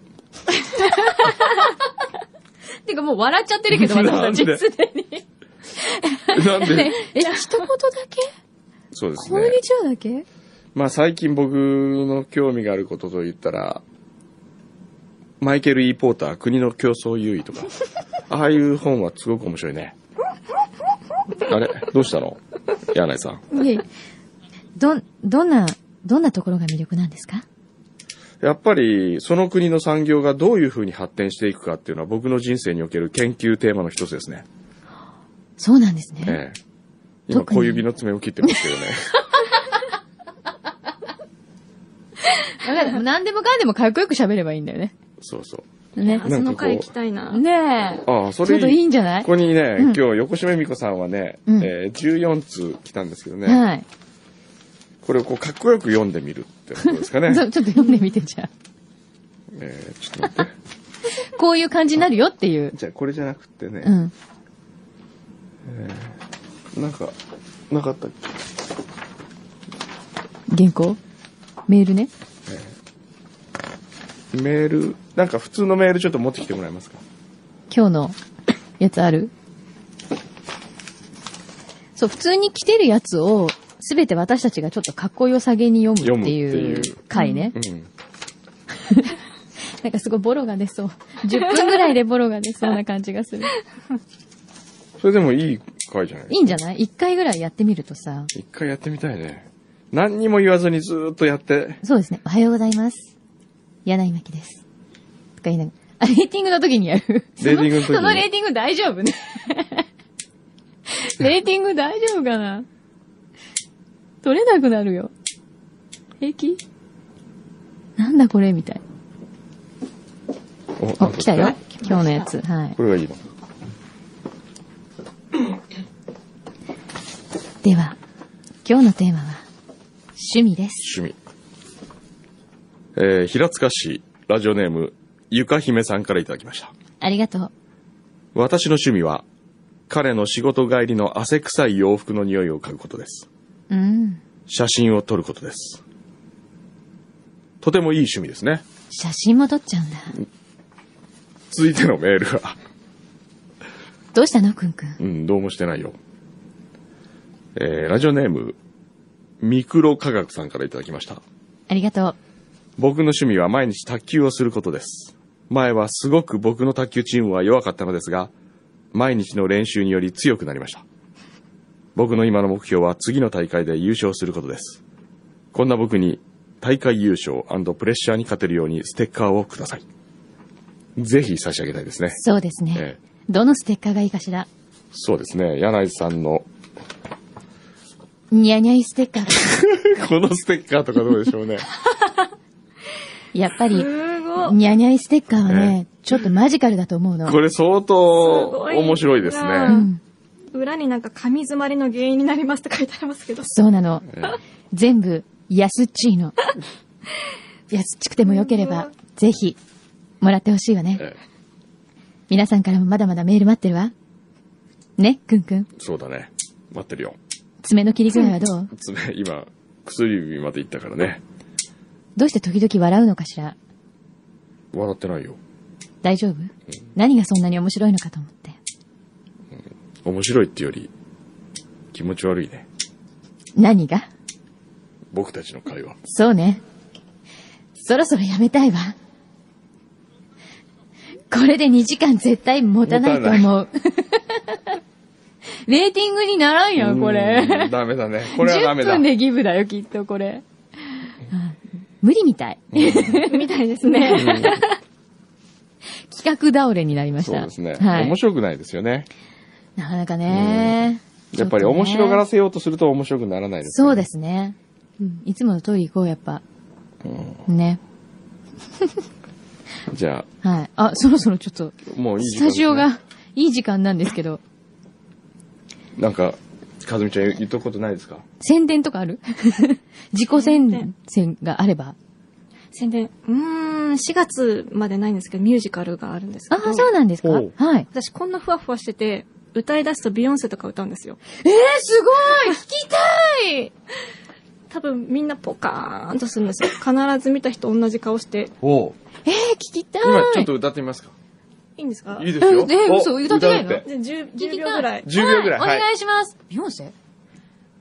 Speaker 2: てかもう笑っちゃってるけど、私たち
Speaker 1: なんです
Speaker 2: でに。
Speaker 1: なんで
Speaker 2: ね、え、一言だけ
Speaker 1: そうです
Speaker 2: こん
Speaker 1: ね。
Speaker 2: にちはだけ
Speaker 1: まあ最近僕の興味があることと言ったら、マイケル・ E ・ポーター、国の競争優位 とか、ああいう本はすごく面白いね。あれどうしたの柳井さん。
Speaker 2: いえいえどん、どんな、どんなところが魅力なんですか
Speaker 1: やっぱり、その国の産業がどういうふうに発展していくかっていうのは僕の人生における研究テーマの一つですね。
Speaker 2: そうなんですね。
Speaker 1: ええ。今
Speaker 2: 特に
Speaker 1: 小指の爪を切ってま すけどね。
Speaker 2: わかるもう何でもかんでもかっこよく喋ればいいんだよね。
Speaker 1: そうそう。
Speaker 2: ね
Speaker 1: な。んかこう
Speaker 3: その回行きたいな。
Speaker 2: ねえ。
Speaker 1: ああ、そ
Speaker 2: ちょ
Speaker 1: れ
Speaker 2: っといいんじゃない
Speaker 1: ここにね、今日、横島美子さんはね、
Speaker 2: うん
Speaker 1: えー14通来たんですけどね、
Speaker 2: はい。
Speaker 1: これをこう、かっこよく読んでみるってことですかね。
Speaker 2: ちょちょっと読んでみて、じゃあ。
Speaker 1: えーちょっと待って。
Speaker 2: こういう感じになるよっていう。
Speaker 1: じゃあ、これじゃなくて
Speaker 2: う
Speaker 1: ね、
Speaker 2: ん。
Speaker 1: なんか、なかったっけ
Speaker 2: 原稿メールね。
Speaker 1: メール、なんか普通のメールちょっと持ってきてもらえますか。
Speaker 2: 今日のやつあるそう、普通に来てるやつを、すべて私たちがちょっとかっこよさげに読むってい
Speaker 1: 読むっていうう
Speaker 2: 回ね
Speaker 1: う。ん。
Speaker 2: なんかすごいボロが出そう。10分ぐらいでボロが出そうな感じがする。
Speaker 1: それでもいい回じゃない
Speaker 2: いいんじゃない一回ぐらいやってみるとさ。
Speaker 1: 一回やってみたいね。何にも言わずにずーっとやって、
Speaker 2: そうですね。おはようございます。柳巻です。とか言いながら。あ、レーティングの時にやる。
Speaker 1: レーティングの時に
Speaker 2: そのそのレーティング大丈 夫ね。レーティング大丈夫かな取れなくなるよ。平気なんだこれみたい。
Speaker 1: お
Speaker 2: お、来たよ。
Speaker 3: た
Speaker 2: 今日のやつ。はい。
Speaker 1: これがいいの。
Speaker 2: では、今日のテーマは、趣味です。
Speaker 1: 趣味。えー平塚市、ラジオネーム、ゆかひめさんからいただきました。
Speaker 2: ありがとう。
Speaker 1: 私の趣味は、彼の仕事帰りの汗臭い洋服の匂いを嗅ぐことです。
Speaker 2: うん。
Speaker 1: 写真を撮ることです。とてもいい趣味ですね。
Speaker 2: 写真も撮っちゃうんだ。
Speaker 1: 続いてのメールは、
Speaker 2: どうしたのくんくん。
Speaker 1: うん、どうもしてないよ。えーラジオネーム、ミクロ科学さんからいただきました。
Speaker 2: ありがとう。
Speaker 1: 僕の趣味は毎日卓球をすることです。前はすごく僕の卓球チームは弱かったのですが、毎日の練習により強くなりました。僕の今の目標は次の大会で優勝することです。こんな僕に大会優勝プレッシャーに勝てるようにステッカーをください。ぜひ差し上げたいですね。
Speaker 2: そうですね。
Speaker 1: ええ
Speaker 2: どのステッカーがいいかしら。
Speaker 1: そうですね。柳井さんの
Speaker 2: ニャニャイステッカーが。
Speaker 1: このステッカーとかどうでしょうね。
Speaker 2: やっぱり、
Speaker 3: すごい。
Speaker 2: ニャニャイステッカーはね、ちょっとマジカルだと思うの。
Speaker 1: これ相当
Speaker 3: ごい
Speaker 1: 面白いです
Speaker 2: う
Speaker 1: ね。
Speaker 2: ん。
Speaker 3: 裏になんか紙詰まりの原因になりますって書いてありますけど。
Speaker 2: そうなの。
Speaker 1: えー
Speaker 2: 全部、安っちいの。安っちくてもよければ、ぜひ、もらってほしいわね。
Speaker 1: えー
Speaker 2: 皆さんからもまだまだメール待ってるわ。ね、くんくん。
Speaker 1: そうだね。待ってるよ。
Speaker 2: 爪の切り具合はどう
Speaker 1: 爪、 今、薬指まで行ったからね。
Speaker 2: どうして時々笑うのかしら
Speaker 1: 笑ってないよ。
Speaker 2: 大丈夫何がそんなに面白いのかと思って。
Speaker 1: 面白いってより、気持ち悪いね。
Speaker 2: 何が
Speaker 1: 僕たちの会話。
Speaker 2: そうね。そろそろやめたいわ。これで2時間絶対持たないと思う。レーティングにならんよ、こ
Speaker 1: う
Speaker 2: れ
Speaker 1: ん。ダメだね。これはダメだ。
Speaker 2: 10分でギブだよ、きっと、これ。あ無理みたい。
Speaker 3: みたいですね。
Speaker 2: 企画倒れになりまし
Speaker 1: そう
Speaker 2: た。
Speaker 1: ですね。
Speaker 2: はい
Speaker 1: 面。白くないですよね。
Speaker 2: なかなかね。
Speaker 1: やっぱり面白がらせようとすると面白くならないです、。
Speaker 2: そうですすね。うんいつもの通り行こう、やっぱ。ね。
Speaker 1: じゃ
Speaker 2: はい。あ、そろそろちょっと、
Speaker 1: あ、もういい時
Speaker 2: スタ
Speaker 1: 間ですね
Speaker 2: ジオ。がいい時間なんですけど、
Speaker 1: なんか、かずみちゃん言っとくことないですか
Speaker 2: 宣伝とかある 自己宣伝があれば。
Speaker 3: 宣伝。うーん、4月までないんですけど、ミュージカルがあるんです
Speaker 2: あ
Speaker 3: け
Speaker 2: あ
Speaker 3: ど。、
Speaker 2: そうなんですか
Speaker 1: おう
Speaker 2: はい。
Speaker 3: 私こんなふわふわしてて、歌い出すとビヨンセとか歌うんですよ。
Speaker 2: えー、すごい聞きたい
Speaker 3: 多分みんなポカーンとするんですよ。必ず見た人同じ顔して。
Speaker 1: お
Speaker 2: えー、聞きたい
Speaker 1: 今ちょっと歌ってみますか
Speaker 3: いいんですか
Speaker 1: いいですよ。
Speaker 2: ええ
Speaker 1: お
Speaker 2: 嘘歌ってないの
Speaker 1: 歌うって
Speaker 3: じゃあ 10,
Speaker 2: 聞きたい
Speaker 3: 10秒ぐらい。
Speaker 1: 10秒ぐらい。
Speaker 2: は
Speaker 1: はい
Speaker 2: お
Speaker 1: い。
Speaker 2: 願いします。ビヨンセ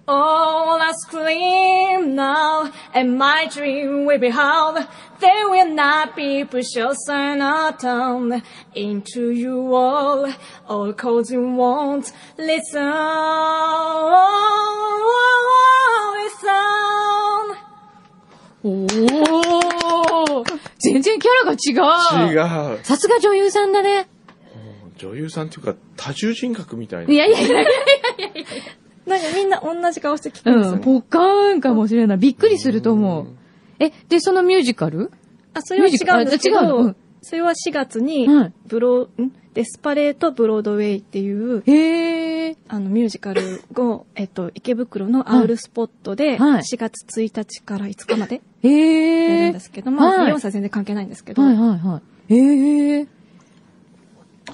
Speaker 3: All I scream now, and my dream will be held. They will not be precious and autumn into you all, all cause you won't listen. Listen.
Speaker 2: おー全然キャラが違う。う。
Speaker 1: 違う。
Speaker 2: さすが女優さんだね。
Speaker 1: 女優さんっていうか、多重人格みたい
Speaker 2: い
Speaker 1: な。
Speaker 2: やいやいやい
Speaker 3: なんかみんな同じ顔して聞くんです
Speaker 2: や。う
Speaker 3: よ
Speaker 2: ん、
Speaker 3: ね。
Speaker 2: ポカーンかもしれない。びっくりすると思う。え、で、そのミュージカル
Speaker 3: あ、それは違うんですけ
Speaker 2: ミュージカルあ違うのう
Speaker 3: ど
Speaker 2: ん、
Speaker 3: それは4月に
Speaker 2: うん、
Speaker 3: ブロー、んデスパレートブロードウェイっていう、
Speaker 2: へえ。
Speaker 3: あの、ミュージカルを、えっと、池袋のアウルスポット
Speaker 2: は
Speaker 3: で、
Speaker 2: いはい
Speaker 3: 4月1日から5日まで
Speaker 2: へ
Speaker 3: やるん
Speaker 2: え。
Speaker 3: ですけど、ま
Speaker 2: は
Speaker 3: あ、
Speaker 2: い
Speaker 3: ビヨンセは全然関係ないんですけど、
Speaker 2: はいはいはい。へえ。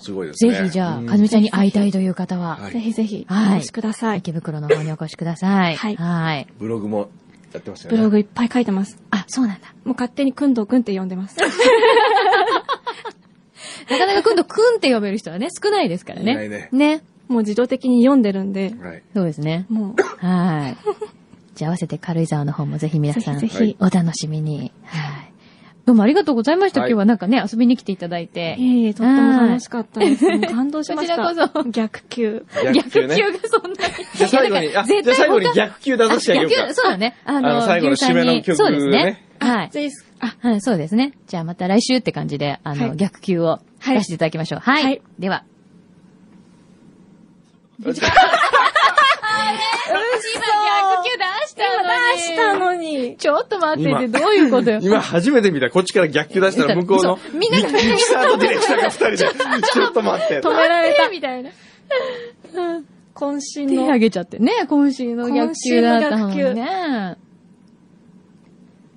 Speaker 1: すごいです
Speaker 2: ぜ
Speaker 1: ね。
Speaker 2: ひじゃ
Speaker 1: う
Speaker 2: あ、
Speaker 1: ん
Speaker 2: かずみちゃんに会いたいという方は、
Speaker 1: はい
Speaker 3: ぜひぜひ、
Speaker 2: はい
Speaker 3: お越しください。
Speaker 2: 池袋の方にお越しください。
Speaker 3: はい
Speaker 2: はい。
Speaker 1: ブログもやってますよ
Speaker 3: ブ
Speaker 1: ね。
Speaker 3: ログいっぱい書いてます。
Speaker 2: あ、そうなんだ。
Speaker 3: もう勝手にくんどうくんって呼んでます。
Speaker 2: なかなか今度、くんって呼べる人はね、少ないです からね。
Speaker 1: いないね
Speaker 3: もう自動的に読んでるんで、
Speaker 1: はい。
Speaker 2: そうですね。
Speaker 3: もう、
Speaker 2: はい。じゃあ、合わせて軽井沢の方もぜひ皆さん、
Speaker 3: ぜひ
Speaker 1: ぜひ
Speaker 2: お楽しみに。はい。どうもありがとうございました。
Speaker 1: はい
Speaker 2: 今日はなんかね、遊びに来ていただいて。
Speaker 3: いえいえ、とっても楽しかったです。もう感動しました。
Speaker 2: こちらこそ
Speaker 3: 逆球。
Speaker 2: 逆球が
Speaker 1: ね。
Speaker 2: そんなに。
Speaker 1: じゃあ最後に、
Speaker 2: なん
Speaker 1: あ、
Speaker 2: か
Speaker 1: じゃ
Speaker 2: 絶対
Speaker 1: あ最後に
Speaker 2: 他
Speaker 1: 逆球出させてあげよう
Speaker 2: 逆
Speaker 1: か
Speaker 2: 球。そうだね。あ
Speaker 1: あ
Speaker 2: の、
Speaker 1: の最後の
Speaker 2: 牛さんに
Speaker 1: 締めの曲
Speaker 2: そうですね
Speaker 1: ね。
Speaker 2: はい。
Speaker 3: ぜひ、あ、
Speaker 2: はい、そうですね。じゃあまた来週って感じで、あの、
Speaker 3: はい
Speaker 2: 逆球を
Speaker 3: はい
Speaker 2: 出していただきましょう。はい。
Speaker 3: はい
Speaker 2: では。今逆球出した
Speaker 3: 出したのに。
Speaker 2: ちょっと待ってて、
Speaker 1: 今
Speaker 2: どういうこと よ。
Speaker 1: 今初めて見た。こっちから逆球出したら向こうの
Speaker 2: そうみ
Speaker 1: ミ
Speaker 2: んなが
Speaker 1: ミキサーとディレクターが二人で、ちょっと待って。
Speaker 2: 止められたみたいな。
Speaker 3: 渾身
Speaker 2: 手
Speaker 3: の
Speaker 2: 上。げちゃってね、今週の逆球だったのに
Speaker 3: 今週
Speaker 2: ね。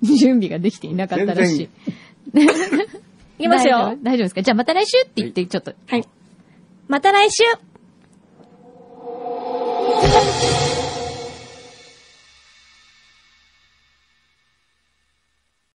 Speaker 2: 準備ができていなかったらしい。
Speaker 3: いきますよ
Speaker 2: 大丈夫。大丈夫ですかじゃあまた来週って言って、ちょっと。
Speaker 3: また来週